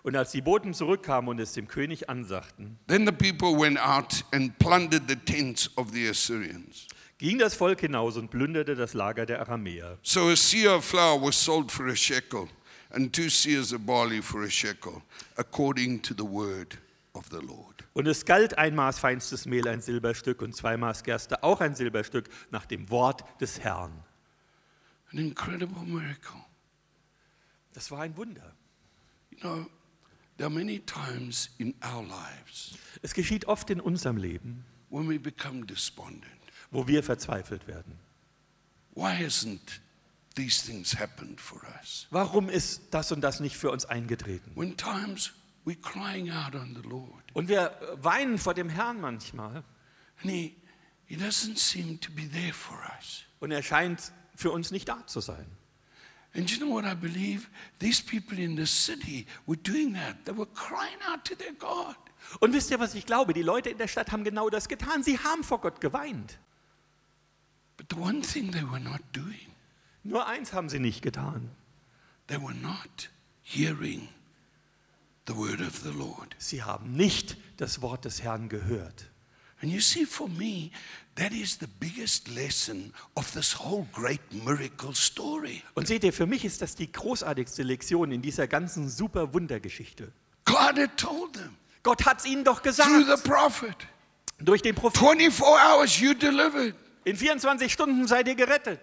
[SPEAKER 2] Und als die Boten zurückkamen und es dem König ansachten,
[SPEAKER 1] Then the people went out and plundered the tents of the Assyrians.
[SPEAKER 2] ging das Volk hinaus und plünderte das Lager der Aramäer.
[SPEAKER 1] So a seer of flour was sold for a shekel, and two seers of barley for a shekel, according to the word of the Lord.
[SPEAKER 2] Und es galt ein Maß feinstes Mehl ein Silberstück und zwei Maß Gerste auch ein Silberstück nach dem Wort des Herrn.
[SPEAKER 1] An incredible miracle.
[SPEAKER 2] Das war ein Wunder.
[SPEAKER 1] You know, there are many times in our lives
[SPEAKER 2] Es geschieht oft in unserem Leben,
[SPEAKER 1] when we become despondent.
[SPEAKER 2] wo wir verzweifelt werden.
[SPEAKER 1] Why hasn't these things happened for us?
[SPEAKER 2] Warum ist das und das nicht für uns eingetreten?
[SPEAKER 1] When times we're crying out on the Lord,
[SPEAKER 2] Und wir weinen vor dem Herrn manchmal
[SPEAKER 1] and He, he doesn't seem to be there for us.
[SPEAKER 2] und er scheint für uns nicht da zu sein.
[SPEAKER 1] And you know what I believe? These people in the city were doing that. They were crying out to their God.
[SPEAKER 2] Und wisst ihr, was ich glaube? Die Leute in der Stadt haben genau das getan. Sie haben vor Gott geweint.
[SPEAKER 1] But the one thing they were not doing,
[SPEAKER 2] Nur eins haben sie nicht getan.
[SPEAKER 1] they were not hearing the word of the Lord.
[SPEAKER 2] Sie haben nicht das Wort des Herrn gehört.
[SPEAKER 1] And you see, for me, that is the biggest lesson of this whole great miracle story.
[SPEAKER 2] Und seht ihr, für mich ist das die großartigste Lektion in dieser ganzen super Wundergeschichte.
[SPEAKER 1] God had told them
[SPEAKER 2] Gott hat es ihnen doch
[SPEAKER 1] through the
[SPEAKER 2] gesagt,
[SPEAKER 1] prophet.
[SPEAKER 2] durch den Propheten.
[SPEAKER 1] 24 hours you delivered.
[SPEAKER 2] In 24 Stunden seid ihr gerettet.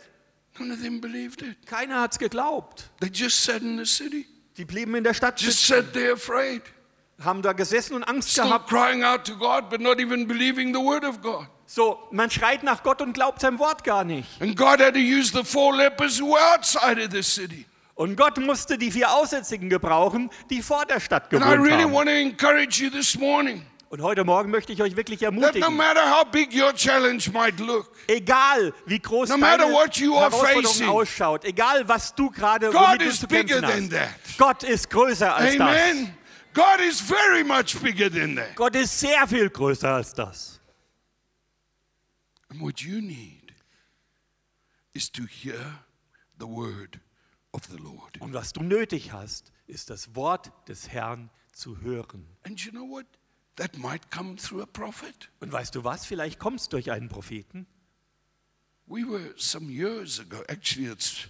[SPEAKER 1] None of them believed it.
[SPEAKER 2] Keiner hat es geglaubt.
[SPEAKER 1] They just sat in the city,
[SPEAKER 2] Die blieben in der Stadt,
[SPEAKER 1] just
[SPEAKER 2] sitzen,
[SPEAKER 1] sat there afraid,
[SPEAKER 2] haben da gesessen und Angst
[SPEAKER 1] still
[SPEAKER 2] gehabt.
[SPEAKER 1] crying out to God, but not even believing the word of God.
[SPEAKER 2] So, man schreit nach Gott und glaubt sein Wort gar nicht.
[SPEAKER 1] And God had to use the four lepers who were outside of the city.
[SPEAKER 2] Und Gott musste die vier Aussätzigen gebrauchen, die vor der Stadt
[SPEAKER 1] And I
[SPEAKER 2] gewohnt
[SPEAKER 1] really
[SPEAKER 2] haben.
[SPEAKER 1] want to encourage you this morning
[SPEAKER 2] Und heute Morgen möchte ich euch wirklich
[SPEAKER 1] that no
[SPEAKER 2] ermutigen,
[SPEAKER 1] matter how big your challenge might look,
[SPEAKER 2] egal wie groß
[SPEAKER 1] No
[SPEAKER 2] deine
[SPEAKER 1] matter what you are facing.
[SPEAKER 2] Herausforderung ausschaut, egal was du gerade
[SPEAKER 1] God
[SPEAKER 2] womit du
[SPEAKER 1] is
[SPEAKER 2] zu
[SPEAKER 1] bigger
[SPEAKER 2] kämpfen
[SPEAKER 1] than
[SPEAKER 2] hast,
[SPEAKER 1] that.
[SPEAKER 2] Gott ist größer als das.
[SPEAKER 1] amen, God is very much bigger than that.
[SPEAKER 2] Gott ist sehr viel größer als das.
[SPEAKER 1] And what you need is to hear the word of the Lord.
[SPEAKER 2] Und was du nötig hast, ist das Wort des Herrn zu hören.
[SPEAKER 1] And you know what? That might come through a prophet.
[SPEAKER 2] Und weißt du was? Vielleicht kommst du durch einen Propheten.
[SPEAKER 1] We were some years ago, actually, it's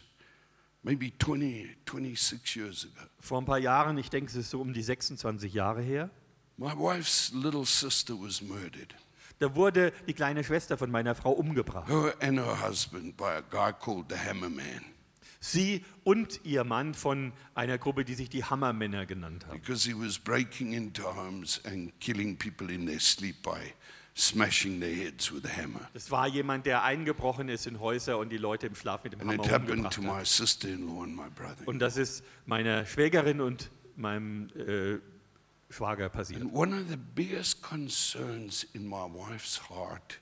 [SPEAKER 1] maybe 20, 26 years ago.
[SPEAKER 2] Vor ein paar Jahren, ich denke, es ist so um die 26 Jahre her,
[SPEAKER 1] My wife's little sister was murdered,
[SPEAKER 2] da wurde die kleine Schwester von meiner Frau umgebracht.
[SPEAKER 1] her and her husband, by a guy called the Hammer Man
[SPEAKER 2] Sie und ihr Mann von einer Gruppe, die sich die Hammermänner genannt haben.
[SPEAKER 1] because he was breaking into homes and killing people in their sleep by smashing their heads with a hammer.
[SPEAKER 2] Das war jemand, der eingebrochen ist in Häuser und die Leute im Schlaf mit dem
[SPEAKER 1] And it
[SPEAKER 2] Hammer
[SPEAKER 1] happened
[SPEAKER 2] umgebracht
[SPEAKER 1] to
[SPEAKER 2] hat.
[SPEAKER 1] my sister in law and my brother.
[SPEAKER 2] Und das ist meiner Schwägerin und meinem äh, Schwager passiert.
[SPEAKER 1] And one of the biggest concerns in my wife's heart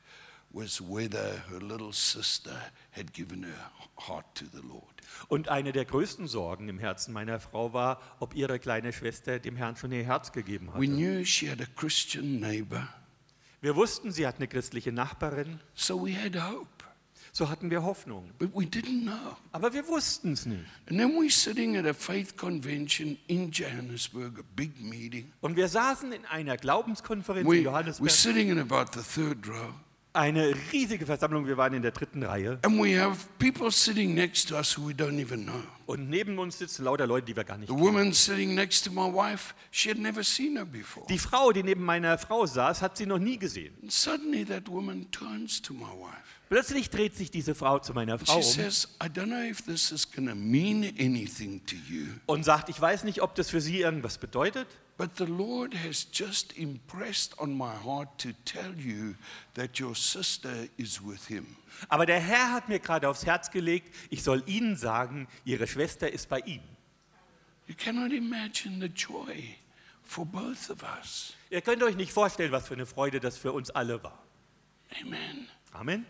[SPEAKER 1] was whether her little sister had given her heart to the Lord.
[SPEAKER 2] Und eine der größten Sorgen im Herzen meiner Frau war, ob ihre kleine Schwester dem Herrn schon ihr Herz gegeben
[SPEAKER 1] We
[SPEAKER 2] hat.
[SPEAKER 1] knew she had a Christian neighbor,
[SPEAKER 2] Wir wussten, sie hat eine christliche Nachbarin,
[SPEAKER 1] so we had hope,
[SPEAKER 2] so hatten wir Hoffnung.
[SPEAKER 1] but we didn't know.
[SPEAKER 2] Aber wir wussten es nicht.
[SPEAKER 1] And then we're sitting at a faith convention in Johannesburg, a big meeting.
[SPEAKER 2] Und wir saßen in einer Glaubenskonferenz in
[SPEAKER 1] We, we're
[SPEAKER 2] Johannesburg,
[SPEAKER 1] sitting in about the third row,
[SPEAKER 2] eine riesige Versammlung, wir waren in der dritten Reihe.
[SPEAKER 1] and we have people sitting next to us who we don't even know.
[SPEAKER 2] Und neben uns sitzen lauter Leute, die wir gar nicht
[SPEAKER 1] The woman sitting next to my wife, she had never seen her before.
[SPEAKER 2] Die Frau, die neben meiner Frau saß, hat sie noch nie gesehen.
[SPEAKER 1] And suddenly that woman turns to my wife.
[SPEAKER 2] Plötzlich dreht sich diese Frau zu meiner Frau
[SPEAKER 1] She
[SPEAKER 2] um
[SPEAKER 1] says, I don't know if this is going to mean anything to you,
[SPEAKER 2] und sagt, ich weiß nicht, ob das für sie irgendwas bedeutet,
[SPEAKER 1] but the Lord has just impressed on my heart to tell you that your sister is with him.
[SPEAKER 2] aber der Herr hat mir gerade aufs Herz gelegt, ich soll ihnen sagen, ihre Schwester ist bei ihnen.
[SPEAKER 1] You cannot imagine the joy for both of us.
[SPEAKER 2] Ihr könnt euch nicht vorstellen, was für eine Freude das für uns alle war.
[SPEAKER 1] Amen.
[SPEAKER 2] Amen.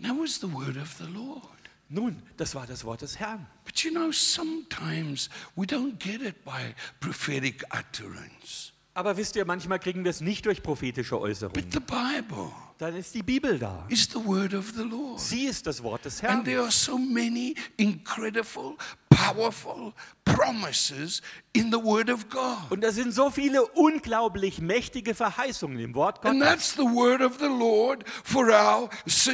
[SPEAKER 1] That was the word of the Lord.
[SPEAKER 2] Nun, das war das Wort des Herrn.
[SPEAKER 1] But you know, sometimes we don't get it by prophetic utterance.
[SPEAKER 2] Aber wisst ihr, manchmal kriegen wir es nicht durch prophetische
[SPEAKER 1] But
[SPEAKER 2] Äußerungen.
[SPEAKER 1] the Bible
[SPEAKER 2] Dann ist die Bibel da.
[SPEAKER 1] is the word of the Lord.
[SPEAKER 2] Sie ist das Wort des
[SPEAKER 1] And
[SPEAKER 2] Herrn.
[SPEAKER 1] there are so many incredible, powerful promises in the Word of God.
[SPEAKER 2] Und da sind so viele unglaublich mächtige Verheißungen im Wort Gottes.
[SPEAKER 1] And that's the Word of the Lord for our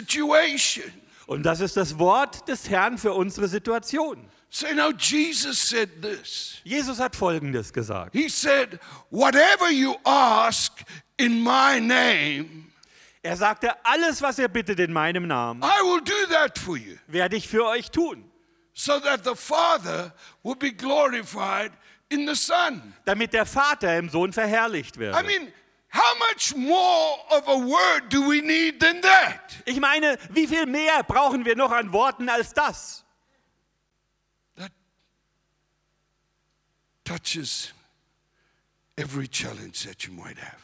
[SPEAKER 1] situation.
[SPEAKER 2] Und das ist das Wort des Herrn für unsere Situation.
[SPEAKER 1] So now Jesus said this
[SPEAKER 2] Jesus hat Folgendes gesagt.
[SPEAKER 1] He said, Whatever you ask in my name,
[SPEAKER 2] Er sagte, alles, was ihr bittet in meinem Namen,
[SPEAKER 1] I will do that for you,
[SPEAKER 2] werde ich für euch tun,
[SPEAKER 1] so that the Father will be glorified in the Son.
[SPEAKER 2] damit der Vater im Sohn verherrlicht
[SPEAKER 1] I
[SPEAKER 2] werde.
[SPEAKER 1] mean, how much more of a word do we need than that?
[SPEAKER 2] Ich meine, wie viel mehr brauchen wir noch an Worten als das?
[SPEAKER 1] That touches every challenge that you might have.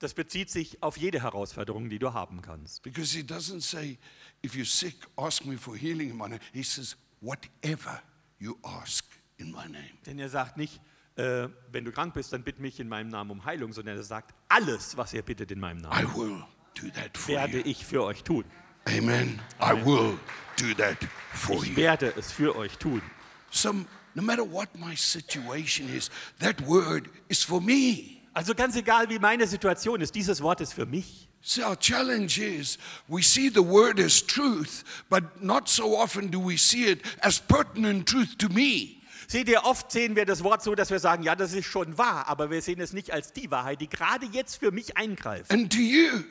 [SPEAKER 2] Das bezieht sich auf jede Herausforderung, die du haben kannst.
[SPEAKER 1] Because he doesn't say, if you're sick, ask me for healing in my name. He says, whatever you ask in my name.
[SPEAKER 2] Denn er sagt nicht, äh, wenn du krank bist, dann bitt mich in meinem Namen um Heilung, sondern er sagt, alles, was ihr bittet in meinem Namen,
[SPEAKER 1] I will do that for
[SPEAKER 2] werde
[SPEAKER 1] you.
[SPEAKER 2] ich für euch tun.
[SPEAKER 1] Amen. I will do that for
[SPEAKER 2] Ich
[SPEAKER 1] you.
[SPEAKER 2] werde es für euch tun.
[SPEAKER 1] Some, no matter what my situation is, that word is for me.
[SPEAKER 2] Also ganz egal, wie meine Situation ist, dieses Wort ist für mich.
[SPEAKER 1] See, our challenge is we see the word as truth, but not so often do we see it as pertinent truth to me.
[SPEAKER 2] Seht ihr, oft sehen wir das Wort so, dass wir sagen, ja, das ist schon wahr, aber wir sehen es nicht als die Wahrheit, die gerade jetzt für mich eingreift
[SPEAKER 1] and to you.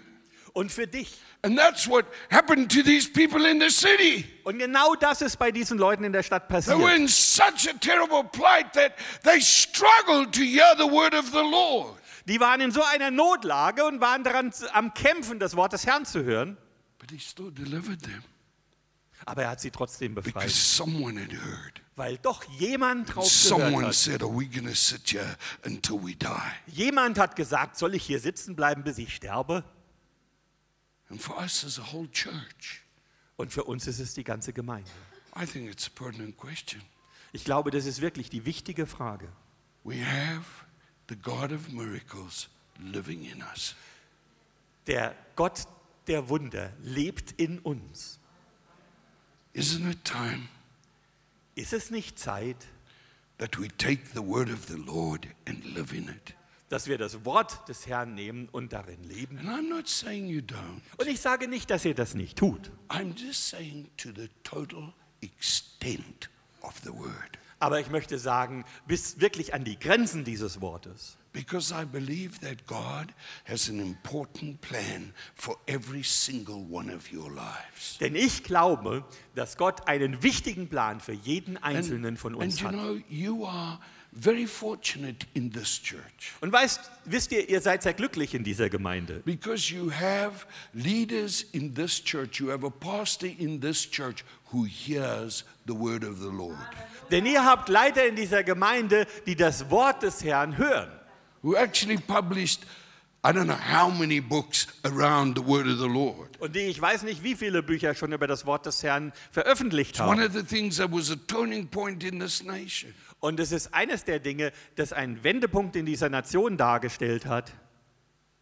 [SPEAKER 2] und für dich.
[SPEAKER 1] And that's what happened to these people in the city.
[SPEAKER 2] Und genau das ist bei diesen Leuten in der Stadt
[SPEAKER 1] They were
[SPEAKER 2] passiert.
[SPEAKER 1] in such a terrible plight that they struggled to hear the word of the Lord.
[SPEAKER 2] Die waren in so einer Notlage und waren daran am Kämpfen, das Wort des Herrn zu hören,
[SPEAKER 1] But he still delivered them
[SPEAKER 2] aber er hat sie trotzdem
[SPEAKER 1] because
[SPEAKER 2] befreit,
[SPEAKER 1] someone had heard.
[SPEAKER 2] weil doch jemand drauf gehört
[SPEAKER 1] Someone
[SPEAKER 2] hat.
[SPEAKER 1] said, Are we going to sit here until we die?
[SPEAKER 2] Jemand hat gesagt, soll ich hier sitzen bleiben, bis ich sterbe?
[SPEAKER 1] And for us as a whole church,
[SPEAKER 2] Und für uns ist es die ganze Gemeinde.
[SPEAKER 1] I think it's a pertinent question.
[SPEAKER 2] Ich glaube, das ist wirklich die wichtige Frage.
[SPEAKER 1] We have the God of miracles living in us.
[SPEAKER 2] Der Gott der Wunder lebt in uns.
[SPEAKER 1] Isn't it time
[SPEAKER 2] Ist es nicht Zeit,
[SPEAKER 1] that we take the word of the Lord and live in it?
[SPEAKER 2] dass wir das Wort des Herrn nehmen und darin leben?
[SPEAKER 1] And I'm not saying you don't.
[SPEAKER 2] Und ich sage nicht, dass ihr das nicht tut,
[SPEAKER 1] I'm just saying to the total extent of the word.
[SPEAKER 2] aber ich möchte sagen, bis wirklich an die Grenzen dieses Wortes.
[SPEAKER 1] Because I believe that God has an important plan for every single one of your lives.
[SPEAKER 2] Denn ich glaube, dass Gott einen wichtigen Plan für jeden
[SPEAKER 1] And-
[SPEAKER 2] Einzelnen von
[SPEAKER 1] and
[SPEAKER 2] uns
[SPEAKER 1] you
[SPEAKER 2] hat.
[SPEAKER 1] know, you are very fortunate in this church
[SPEAKER 2] Und weißt, wisst ihr, ihr seid sehr glücklich in dieser Gemeinde.
[SPEAKER 1] because you have leaders in this church, you have a pastor in this church who hears the word of the Lord,
[SPEAKER 2] Denn ihr habt Leiter in dieser Gemeinde, die das Wort des Herrn hören.
[SPEAKER 1] who actually published I don't know how many books around the word of the Lord.
[SPEAKER 2] Und die, ich weiß nicht, wie viele Bücher schon über das Wort des Herrn veröffentlicht
[SPEAKER 1] One
[SPEAKER 2] haben.
[SPEAKER 1] of the things that was a turning point in this nation
[SPEAKER 2] Und es ist eines der Dinge, das einen Wendepunkt in dieser Nation dargestellt hat.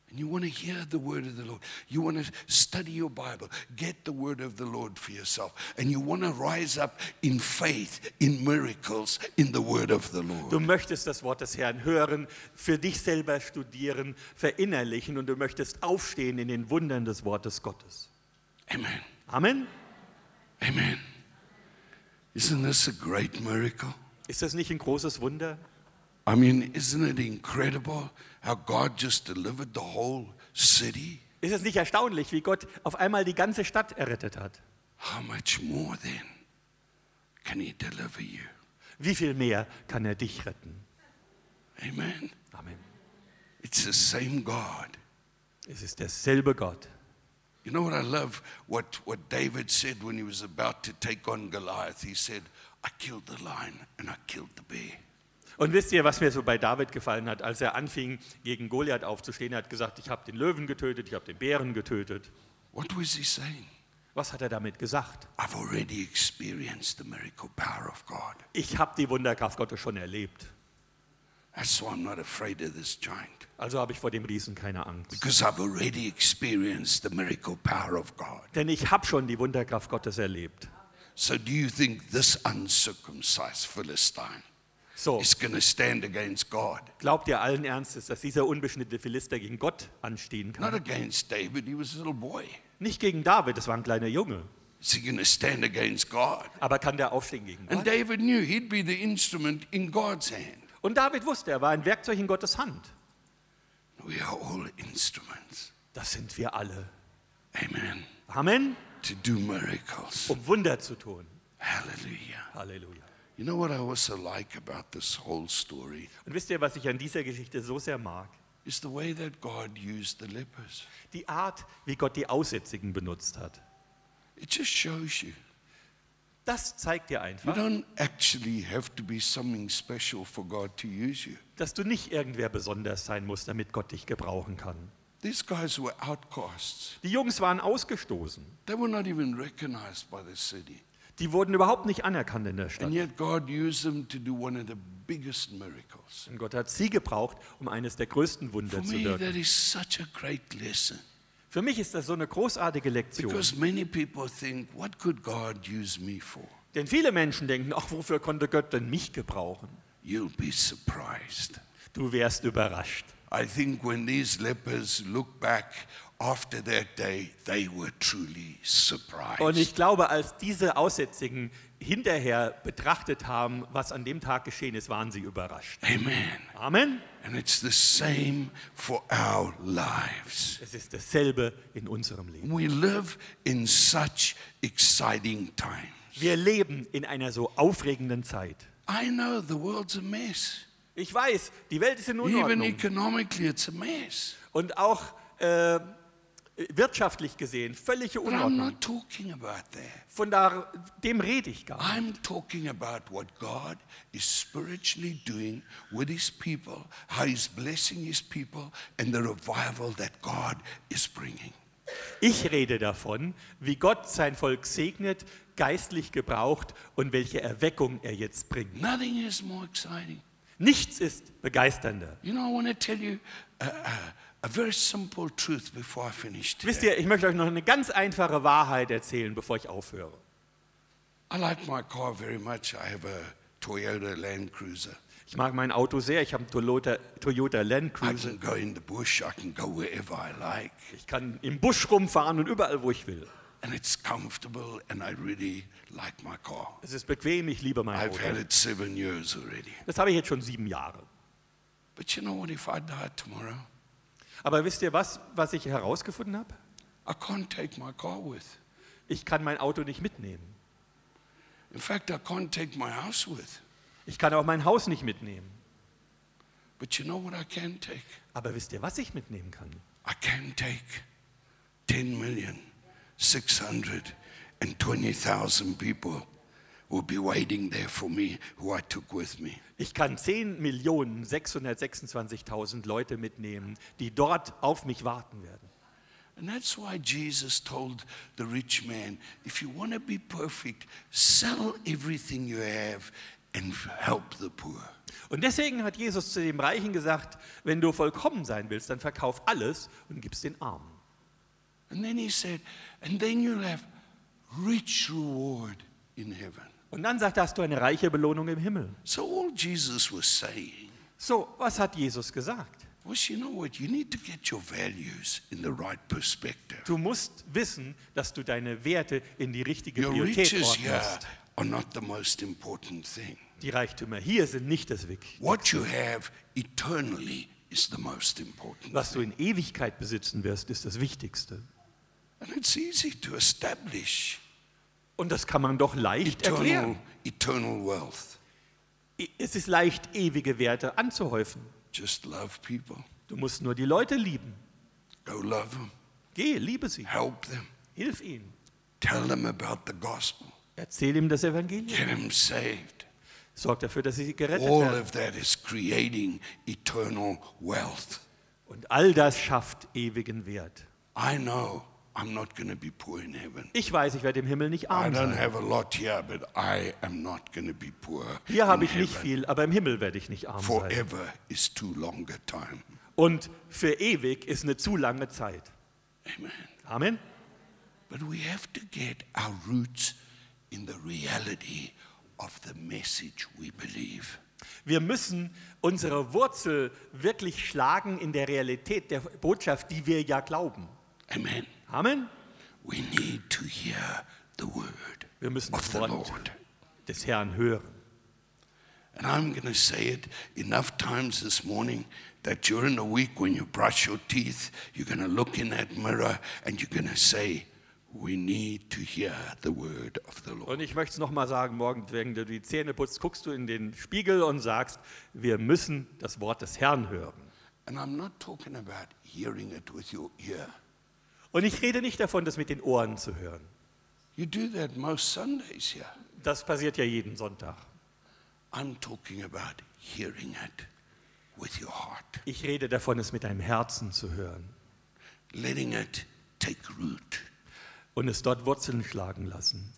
[SPEAKER 1] And you want to hear the word of the Lord. You want to study your Bible. Get the word of the Lord for yourself. And you want to rise up in faith, in miracles, in the word of the Lord.
[SPEAKER 2] Du möchtest das Wort des Herrn hören, für dich selber studieren, verinnerlichen und du möchtest aufstehen in den Wundern des Wortes Gottes.
[SPEAKER 1] Amen.
[SPEAKER 2] Amen.
[SPEAKER 1] Amen. Isn't this a great miracle?
[SPEAKER 2] Ist das nicht ein großes Wunder?
[SPEAKER 1] I mean, isn't it incredible how God just delivered the whole city?
[SPEAKER 2] Ist es nicht erstaunlich, wie Gott auf einmal die ganze Stadt errettet hat?
[SPEAKER 1] How much more then can He deliver you?
[SPEAKER 2] Wie viel mehr kann er dich retten?
[SPEAKER 1] Amen.
[SPEAKER 2] Amen.
[SPEAKER 1] It's the same God.
[SPEAKER 2] Es ist derselbe Gott.
[SPEAKER 1] You know what I love? What, what David said when he was about to take on Goliath. He said, I killed the lion and I killed the bear.
[SPEAKER 2] Und wisst ihr, was mir so bei David gefallen hat, als er anfing, gegen Goliath aufzustehen? Er hat gesagt, ich habe den Löwen getötet, ich habe den Bären getötet.
[SPEAKER 1] What was he saying?
[SPEAKER 2] Was hat er damit gesagt?
[SPEAKER 1] I've already experienced the miracle power of God.
[SPEAKER 2] Ich habe die Wunderkraft Gottes schon erlebt.
[SPEAKER 1] That's why I'm not afraid of this giant,
[SPEAKER 2] Also habe ich vor dem Riesen keine Angst.
[SPEAKER 1] because I've already experienced the miracle power of God.
[SPEAKER 2] Denn ich habe schon die Wunderkraft Gottes erlebt.
[SPEAKER 1] So, do you think this uncircumcised Philistine
[SPEAKER 2] So,
[SPEAKER 1] is going to stand against God?
[SPEAKER 2] glaubt ihr allen Ernstes, dass dieser unbeschnittene Philister gegen Gott anstehen
[SPEAKER 1] Not
[SPEAKER 2] kann?
[SPEAKER 1] against David, he was a little boy.
[SPEAKER 2] Nicht gegen David, das war ein kleiner Junge.
[SPEAKER 1] Is he going to stand against God?
[SPEAKER 2] Aber kann der aufstehen gegen
[SPEAKER 1] And
[SPEAKER 2] Gott?
[SPEAKER 1] David knew he'd be the instrument in God's hand.
[SPEAKER 2] Und David wusste, er war ein Werkzeug in Gottes Hand.
[SPEAKER 1] We are all instruments,
[SPEAKER 2] Das sind wir alle.
[SPEAKER 1] amen,
[SPEAKER 2] Amen.
[SPEAKER 1] to do miracles.
[SPEAKER 2] Um Wunder zu tun.
[SPEAKER 1] Hallelujah.
[SPEAKER 2] Halleluja.
[SPEAKER 1] You know what I also like about this whole story
[SPEAKER 2] Und wisst ihr, was ich an dieser Geschichte so sehr mag?
[SPEAKER 1] is the way that God used the lepers.
[SPEAKER 2] Die Art, wie Gott die Aussätzigen benutzt hat.
[SPEAKER 1] It just shows you.
[SPEAKER 2] Das zeigt dir
[SPEAKER 1] You
[SPEAKER 2] einfach,
[SPEAKER 1] don't actually have to be something special for God to use you.
[SPEAKER 2] dass du nicht irgendwer besonders sein musst, damit Gott dich gebrauchen kann.
[SPEAKER 1] These guys were outcasts.
[SPEAKER 2] Die Jungs waren ausgestoßen.
[SPEAKER 1] They were not even recognized by the city.
[SPEAKER 2] Die wurden überhaupt nicht anerkannt in der
[SPEAKER 1] And
[SPEAKER 2] Stadt.
[SPEAKER 1] yet God used them to do one of the biggest miracles.
[SPEAKER 2] Und Gott hat sie gebraucht, um eines der größten
[SPEAKER 1] For
[SPEAKER 2] Wunder zu
[SPEAKER 1] me,
[SPEAKER 2] wirken.
[SPEAKER 1] that is such a great lesson.
[SPEAKER 2] Für mich ist das so eine großartige Lektion.
[SPEAKER 1] Because many people think, what could God use me for?
[SPEAKER 2] Denn viele Menschen denken, ach, wofür konnte Gott denn mich gebrauchen?
[SPEAKER 1] You'll be surprised.
[SPEAKER 2] Du wärst überrascht.
[SPEAKER 1] I think when these lepers look back after that day, they were truly surprised.
[SPEAKER 2] Und ich glaube, als diese Aussätzigen hinterher betrachtet haben, was an dem Tag geschehen ist, waren sie überrascht.
[SPEAKER 1] Amen.
[SPEAKER 2] Amen.
[SPEAKER 1] And it's the same for our lives.
[SPEAKER 2] Es ist dasselbe in unserem Leben.
[SPEAKER 1] We live in such exciting times.
[SPEAKER 2] Wir leben in einer so aufregenden Zeit.
[SPEAKER 1] I know the world's a mess.
[SPEAKER 2] Ich weiß, die Welt ist in
[SPEAKER 1] Even
[SPEAKER 2] Unordnung.
[SPEAKER 1] economically, it's a mess.
[SPEAKER 2] Und auch äh, wirtschaftlich gesehen, völlige
[SPEAKER 1] But I'm
[SPEAKER 2] Unordnung.
[SPEAKER 1] not talking about that.
[SPEAKER 2] Von da, dem rede ich gar nicht.
[SPEAKER 1] I'm talking about what God is spiritually doing with His people, how He's blessing His people, and the revival that God is bringing.
[SPEAKER 2] Ich rede davon, wie Gott sein Volk segnet, geistlich gebraucht und welche Erweckung er jetzt bringt.
[SPEAKER 1] Nothing is more exciting.
[SPEAKER 2] Nichts ist begeisternder.
[SPEAKER 1] You know, I want to tell you a, a, a very simple truth before I finish today.
[SPEAKER 2] Wisst ihr, ich möchte euch noch eine ganz einfache Wahrheit erzählen, bevor ich aufhöre.
[SPEAKER 1] I like my car very much. I have a Toyota Land Cruiser.
[SPEAKER 2] Ich mag mein Auto sehr, ich habe einen Toyota, Toyota
[SPEAKER 1] I
[SPEAKER 2] Land Cruiser.
[SPEAKER 1] can go in the bush, I can go wherever I like,
[SPEAKER 2] Ich kann im Busch rumfahren und überall, wo ich will.
[SPEAKER 1] and it's comfortable, and I really like my car.
[SPEAKER 2] Es ist bequem, ich liebe mein
[SPEAKER 1] I've had
[SPEAKER 2] Auto.
[SPEAKER 1] it seven years already.
[SPEAKER 2] Das habe ich jetzt schon sieben Jahre.
[SPEAKER 1] But you know what? If I die tomorrow,
[SPEAKER 2] Aber wisst ihr was, was ich herausgefunden habe?
[SPEAKER 1] I can't take my car with.
[SPEAKER 2] Ich kann mein Auto nicht mitnehmen.
[SPEAKER 1] In fact, I can't take my house with.
[SPEAKER 2] Ich kann auch mein Haus nicht mitnehmen.
[SPEAKER 1] But you know what I can take?
[SPEAKER 2] Aber wisst ihr, was ich mitnehmen kann?
[SPEAKER 1] I can take 10,620,000 people will be waiting there for me who I took with me.
[SPEAKER 2] Ich kann 10.626.000 Leute mitnehmen, die dort auf mich warten werden.
[SPEAKER 1] And that's why Jesus told the rich man, if you want to be perfect, sell everything you have and help the poor.
[SPEAKER 2] Und deswegen hat Jesus zu dem Reichen gesagt, wenn du vollkommen sein willst, dann verkauf alles und gib's den Armen.
[SPEAKER 1] And then he said, and then you'll have rich reward in heaven.
[SPEAKER 2] Und dann sagt er, hast du eine reiche Belohnung im Himmel.
[SPEAKER 1] So all Jesus was saying
[SPEAKER 2] So, was hat Jesus gesagt?
[SPEAKER 1] was, you know what, you need to get your values in the right perspective.
[SPEAKER 2] Du musst wissen, dass du deine Werte in die richtige
[SPEAKER 1] Your
[SPEAKER 2] Priorität
[SPEAKER 1] riches here
[SPEAKER 2] ordnest.
[SPEAKER 1] are not the most important thing.
[SPEAKER 2] Die Reichtümer hier sind nicht das Wichtigste.
[SPEAKER 1] What you have eternally is the most important.
[SPEAKER 2] Was du in Ewigkeit besitzen wirst, ist das Wichtigste.
[SPEAKER 1] And it's easy to establish
[SPEAKER 2] Und das kann man doch leicht
[SPEAKER 1] eternal,
[SPEAKER 2] erklären.
[SPEAKER 1] eternal wealth.
[SPEAKER 2] Es ist leicht, ewige Werte anzuhäufen.
[SPEAKER 1] Just love people.
[SPEAKER 2] Du musst nur die Leute lieben.
[SPEAKER 1] Go love them.
[SPEAKER 2] Geh, liebe sie,
[SPEAKER 1] Help them.
[SPEAKER 2] hilf ihnen.
[SPEAKER 1] Tell them about the gospel.
[SPEAKER 2] Erzähl ihm das Evangelium.
[SPEAKER 1] Get them saved.
[SPEAKER 2] Sorg dafür, dass sie gerettet
[SPEAKER 1] All
[SPEAKER 2] werden.
[SPEAKER 1] of that is creating eternal wealth.
[SPEAKER 2] Und all das schafft ewigen Wert.
[SPEAKER 1] I know I'm not going to be poor in heaven.
[SPEAKER 2] Ich weiß, ich werde im Himmel nicht
[SPEAKER 1] I
[SPEAKER 2] arm
[SPEAKER 1] don't
[SPEAKER 2] sein.
[SPEAKER 1] have a lot here, but I am not going to be poor.
[SPEAKER 2] Hier habe
[SPEAKER 1] in
[SPEAKER 2] ich nicht
[SPEAKER 1] heaven.
[SPEAKER 2] viel, aber im Himmel werde ich nicht arm sein.
[SPEAKER 1] Forever is too long a time.
[SPEAKER 2] Und für ewig ist eine zu lange Zeit.
[SPEAKER 1] Amen.
[SPEAKER 2] Amen.
[SPEAKER 1] But we have to get our roots in the reality of the message we believe.
[SPEAKER 2] Wir müssen unsere Wurzel wirklich schlagen in der Realität der Botschaft, die wir ja glauben.
[SPEAKER 1] Amen.
[SPEAKER 2] Amen.
[SPEAKER 1] We need to hear the word
[SPEAKER 2] Wir müssen
[SPEAKER 1] of
[SPEAKER 2] das
[SPEAKER 1] the
[SPEAKER 2] Wort
[SPEAKER 1] Lord.
[SPEAKER 2] des Herrn hören.
[SPEAKER 1] And I'm going to say it enough times this morning that during the week when you brush your teeth, you're going to look in that mirror and you're going to say, We need to hear the word of the Lord.
[SPEAKER 2] Und ich möchte es nochmal sagen, morgen, wenn du die Zähne putzt, guckst du in den Spiegel und sagst, wir müssen das Wort des Herrn hören.
[SPEAKER 1] And I'm not talking about hearing it with your ear.
[SPEAKER 2] Und ich rede nicht davon, das mit den Ohren zu hören.
[SPEAKER 1] You do that most Sundays here.
[SPEAKER 2] Das passiert ja jeden Sonntag.
[SPEAKER 1] I'm talking about hearing it with your heart,
[SPEAKER 2] Ich rede davon, es mit deinem Herzen zu hören
[SPEAKER 1] letting it take root,
[SPEAKER 2] und es dort Wurzeln schlagen lassen.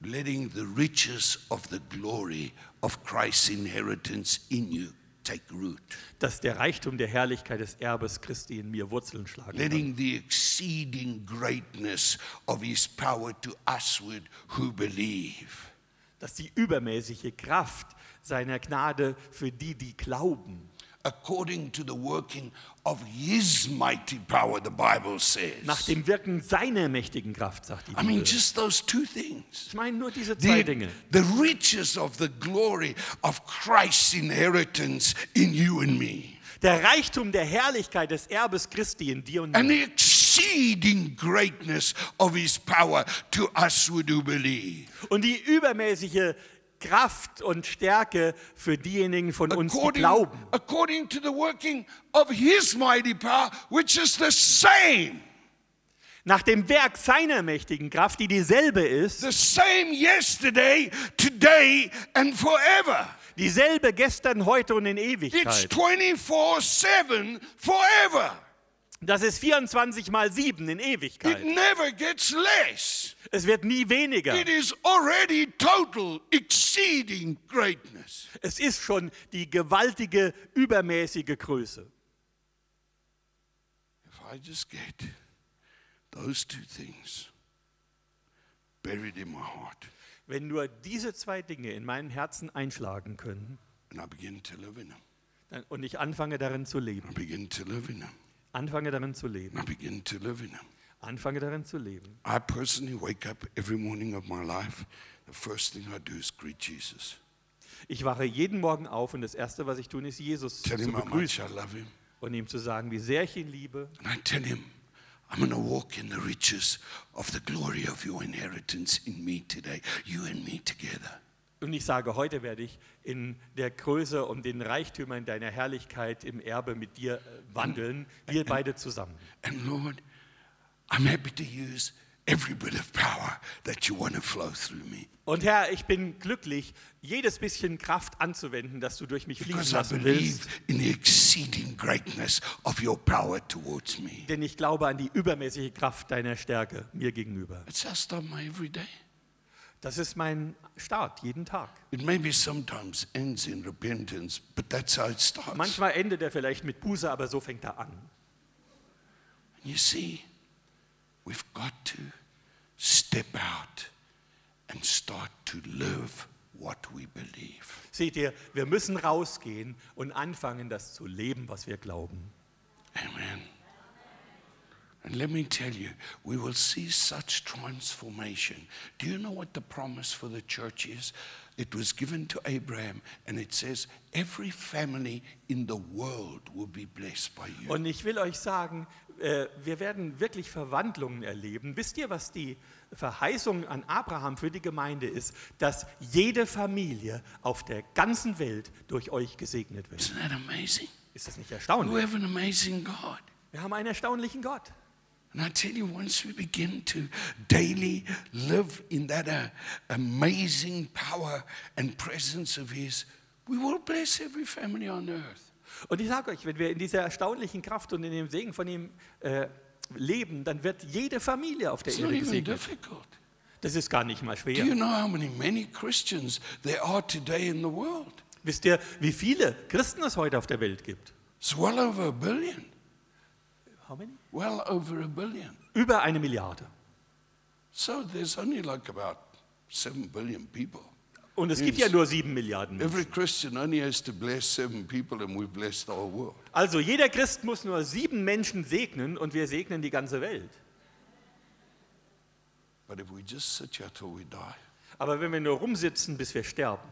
[SPEAKER 1] letting the riches of the glory of Christ's inheritance in you take root,
[SPEAKER 2] Dass der Reichtum der Herrlichkeit des Erbes Christi in mir Wurzeln schlagen kann.
[SPEAKER 1] letting the exceeding greatness of his power to usward who believe.
[SPEAKER 2] Dass die übermäßige Kraft seiner Gnade für die, die glauben,
[SPEAKER 1] According to the working of his mighty power, the Bible
[SPEAKER 2] nach
[SPEAKER 1] says.
[SPEAKER 2] dem Wirken seiner mächtigen Kraft, sagt die
[SPEAKER 1] I mean,
[SPEAKER 2] Bibel.
[SPEAKER 1] just those two things.
[SPEAKER 2] Ich meine nur diese zwei
[SPEAKER 1] The,
[SPEAKER 2] Dinge.
[SPEAKER 1] the riches of the glory of Christ's inheritance in you and me,
[SPEAKER 2] Der Reichtum der Herrlichkeit des Erbes Christi in dir und
[SPEAKER 1] and
[SPEAKER 2] mir.
[SPEAKER 1] the exceeding greatness of his power to us who do believe.
[SPEAKER 2] Und die übermäßige Kraft und Stärke für diejenigen von uns, die
[SPEAKER 1] According,
[SPEAKER 2] glauben.
[SPEAKER 1] according to the working of his mighty power, which is the same,
[SPEAKER 2] Nach dem Werk seiner mächtigen Kraft, die dieselbe ist,
[SPEAKER 1] the same yesterday, today, and forever.
[SPEAKER 2] dieselbe gestern, heute und in
[SPEAKER 1] It's
[SPEAKER 2] Ewigkeit.
[SPEAKER 1] 24 7 forever.
[SPEAKER 2] Das ist 24 mal 7 in
[SPEAKER 1] It
[SPEAKER 2] Ewigkeit.
[SPEAKER 1] never gets less.
[SPEAKER 2] Es wird nie weniger.
[SPEAKER 1] It is already total, exceeding greatness.
[SPEAKER 2] Es ist schon die gewaltige, übermäßige Größe.
[SPEAKER 1] If I just get those two things buried in my heart
[SPEAKER 2] Wenn nur diese zwei Dinge in meinem Herzen einschlagen können
[SPEAKER 1] and I begin to live in them,
[SPEAKER 2] dann, und ich anfange darin zu leben,
[SPEAKER 1] I begin to live in them,
[SPEAKER 2] anfange darin zu leben,
[SPEAKER 1] and I begin to live in them.
[SPEAKER 2] anfange darin zu leben.
[SPEAKER 1] I personally wake up every morning of my life. The first thing I do is greet Jesus.
[SPEAKER 2] Ich wache jeden Morgen auf und das Erste, was ich tun, ist, Jesus
[SPEAKER 1] Tell
[SPEAKER 2] zu
[SPEAKER 1] him how much
[SPEAKER 2] begrüßen
[SPEAKER 1] I love him.
[SPEAKER 2] und ihm zu sagen, wie sehr ich ihn liebe.
[SPEAKER 1] And I tell him, I'm going to walk in the riches of the glory of your inheritance in me today, you and me together.
[SPEAKER 2] Und ich sage, heute werde ich in der Größe und den Reichtümern deiner Herrlichkeit im Erbe mit dir äh, wandeln, wir beide zusammen.
[SPEAKER 1] And Lord, I'm happy to use every bit of power that you want to flow through me
[SPEAKER 2] Und Herr, ich bin glücklich, jedes bisschen Kraft anzuwenden, das du durch mich fließen
[SPEAKER 1] because I
[SPEAKER 2] lassen willst.
[SPEAKER 1] believe in the exceeding greatness of your power towards me.
[SPEAKER 2] Denn ich glaube an die übermäßige Kraft deiner Stärke mir gegenüber.
[SPEAKER 1] It's just on my everyday.
[SPEAKER 2] Das ist mein Start jeden Tag.
[SPEAKER 1] It maybe sometimes ends in repentance, but that's how it starts.
[SPEAKER 2] Manchmal endet er vielleicht mit Buße, aber so fängt er an.
[SPEAKER 1] You see, we've got to step out and start to live what we believe.
[SPEAKER 2] Seht ihr, wir müssen rausgehen und anfangen, das zu leben, was wir glauben.
[SPEAKER 1] Amen. And let me tell you, we will see such transformation. Do you know what the promise for the church is? It was given to Abraham, and it says, Every family in the world will be blessed by you.
[SPEAKER 2] Und ich will euch sagen, äh, wir werden wirklich Verwandlungen erleben. Wisst ihr, was die Verheißung an Abraham für die Gemeinde ist? Dass jede Familie auf der ganzen Welt durch euch gesegnet wird.
[SPEAKER 1] Isn't that amazing?
[SPEAKER 2] Ist das nicht
[SPEAKER 1] We
[SPEAKER 2] erstaunlich?
[SPEAKER 1] have an amazing God.
[SPEAKER 2] Wir haben einen erstaunlichen Gott.
[SPEAKER 1] And I tell you, once we begin to daily live in that uh, amazing power and presence of His, we will bless every family on earth.
[SPEAKER 2] Und ich sage euch, wenn wir in dieser erstaunlichen Kraft und in dem Segen von ihm äh, leben, dann wird jede Familie auf der
[SPEAKER 1] It's not
[SPEAKER 2] Erde
[SPEAKER 1] even
[SPEAKER 2] gesegnet.
[SPEAKER 1] difficult.
[SPEAKER 2] Das ist gar nicht mal
[SPEAKER 1] Do
[SPEAKER 2] schwer.
[SPEAKER 1] you know how many, many Christians there are today in the world?
[SPEAKER 2] Wisst ihr, wie viele Christen es heute auf der Welt gibt?
[SPEAKER 1] It's well over a billion.
[SPEAKER 2] How many?
[SPEAKER 1] Well over a billion.
[SPEAKER 2] Über eine Milliarde.
[SPEAKER 1] So there's only like about 7 billion people.
[SPEAKER 2] Und es gibt ja nur sieben Milliarden. Menschen.
[SPEAKER 1] Every Christian only has to bless seven people, and we've blessed the whole world.
[SPEAKER 2] Also jeder Christ muss nur sieben Menschen segnen und wir segnen die ganze Welt.
[SPEAKER 1] But if we just sit here till we die,
[SPEAKER 2] Aber wenn wir nur rumsitzen, bis wir sterben,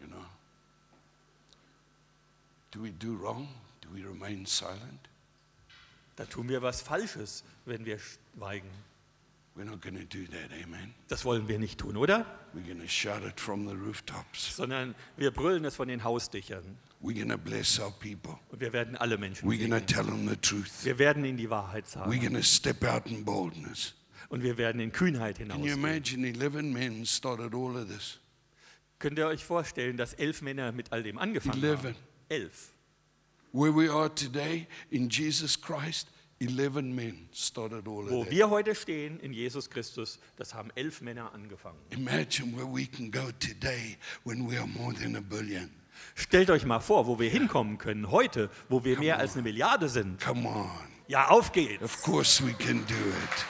[SPEAKER 1] You know? Do we do wrong? Do we remain silent?
[SPEAKER 2] da tun wir was Falsches, wenn wir schweigen.
[SPEAKER 1] We're not going to do that, amen?
[SPEAKER 2] Das wollen wir nicht tun, oder?
[SPEAKER 1] We're going to shout it from the rooftops.
[SPEAKER 2] Sondern wir brüllen es von den Hausdächern.
[SPEAKER 1] We're going to bless our people.
[SPEAKER 2] Und wir werden alle Menschen
[SPEAKER 1] We're
[SPEAKER 2] segnen.
[SPEAKER 1] going to tell them the truth.
[SPEAKER 2] Wir werden ihnen die Wahrheit
[SPEAKER 1] We're
[SPEAKER 2] sagen.
[SPEAKER 1] going to step out in boldness.
[SPEAKER 2] Und wir werden in Kühnheit
[SPEAKER 1] Can you
[SPEAKER 2] hinausgehen.
[SPEAKER 1] imagine 11 men started all of this?
[SPEAKER 2] Könnt ihr euch vorstellen, dass elf Männer mit all dem angefangen
[SPEAKER 1] Eleven.
[SPEAKER 2] haben? Elf.
[SPEAKER 1] Where we are today in Jesus Christ, 11 men started all
[SPEAKER 2] Wo
[SPEAKER 1] of that.
[SPEAKER 2] wir heute stehen in Jesus Christus, das haben elf Männer angefangen.
[SPEAKER 1] Imagine where we can go today when we are more than a billion.
[SPEAKER 2] Stellt euch mal vor, wo wir hinkommen können heute, wo wir mehr als eine Milliarde sind.
[SPEAKER 1] Come on.
[SPEAKER 2] Ja, auf geht's.
[SPEAKER 1] Of course we can do it.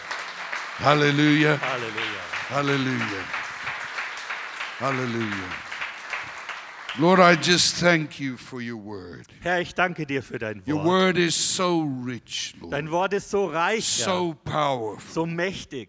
[SPEAKER 1] Hallelujah.
[SPEAKER 2] Halleluja.
[SPEAKER 1] Hallelujah. Hallelujah. Lord, I just thank you for your word.
[SPEAKER 2] Herr, ich danke dir für dein
[SPEAKER 1] Your
[SPEAKER 2] Wort.
[SPEAKER 1] word is so rich, Lord.
[SPEAKER 2] Dein Wort ist so reich, Herr,
[SPEAKER 1] So powerful.
[SPEAKER 2] so mächtig.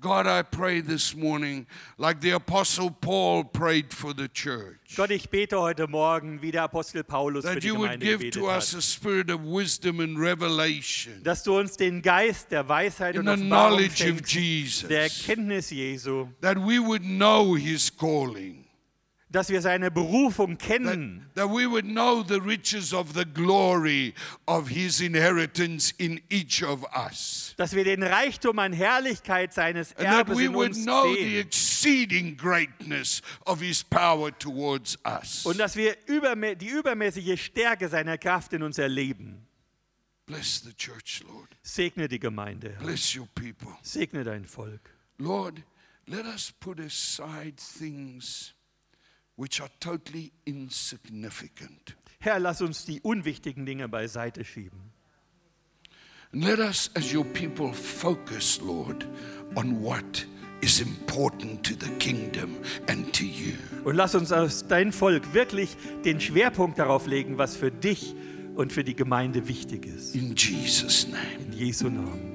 [SPEAKER 1] God, I pray this morning, like the Apostle Paul prayed for the church,
[SPEAKER 2] Gott, ich bete heute Morgen, wie der Apostel Paulus für
[SPEAKER 1] that
[SPEAKER 2] die
[SPEAKER 1] you would
[SPEAKER 2] Gemeinde
[SPEAKER 1] give
[SPEAKER 2] gebetet
[SPEAKER 1] to us
[SPEAKER 2] hat,
[SPEAKER 1] a spirit of wisdom and revelation
[SPEAKER 2] dass du uns den Geist der Weisheit
[SPEAKER 1] in
[SPEAKER 2] und
[SPEAKER 1] the
[SPEAKER 2] Offenbarung
[SPEAKER 1] knowledge of
[SPEAKER 2] schenkst, der
[SPEAKER 1] Jesus,
[SPEAKER 2] Erkenntnis Jesu,
[SPEAKER 1] that we would know his calling.
[SPEAKER 2] dass wir seine Berufung kennen,
[SPEAKER 1] that we would know the riches of the glory of his inheritance in each of us.
[SPEAKER 2] dass wir den Reichtum an Herrlichkeit seines
[SPEAKER 1] And that
[SPEAKER 2] Erbes
[SPEAKER 1] we
[SPEAKER 2] in
[SPEAKER 1] would
[SPEAKER 2] uns
[SPEAKER 1] know the
[SPEAKER 2] sehen.
[SPEAKER 1] exceeding greatness of his power towards us.
[SPEAKER 2] Und dass wir übermä die übermäßige Stärke seiner Kraft in uns erleben.
[SPEAKER 1] Bless the church, Lord.
[SPEAKER 2] Segne die Gemeinde, Herr.
[SPEAKER 1] Bless your people.
[SPEAKER 2] Segne dein Volk.
[SPEAKER 1] Lord, let us put aside things which are totally insignificant.
[SPEAKER 2] Herr, lass uns die unwichtigen Dinge beiseite schieben.
[SPEAKER 1] And let us, as your people, focus, Lord, on what is important to the kingdom and to you.
[SPEAKER 2] Und lass uns als dein Volk wirklich den Schwerpunkt darauf legen, was für dich und für die Gemeinde wichtig ist.
[SPEAKER 1] In Jesus' name.
[SPEAKER 2] In Jesu Namen.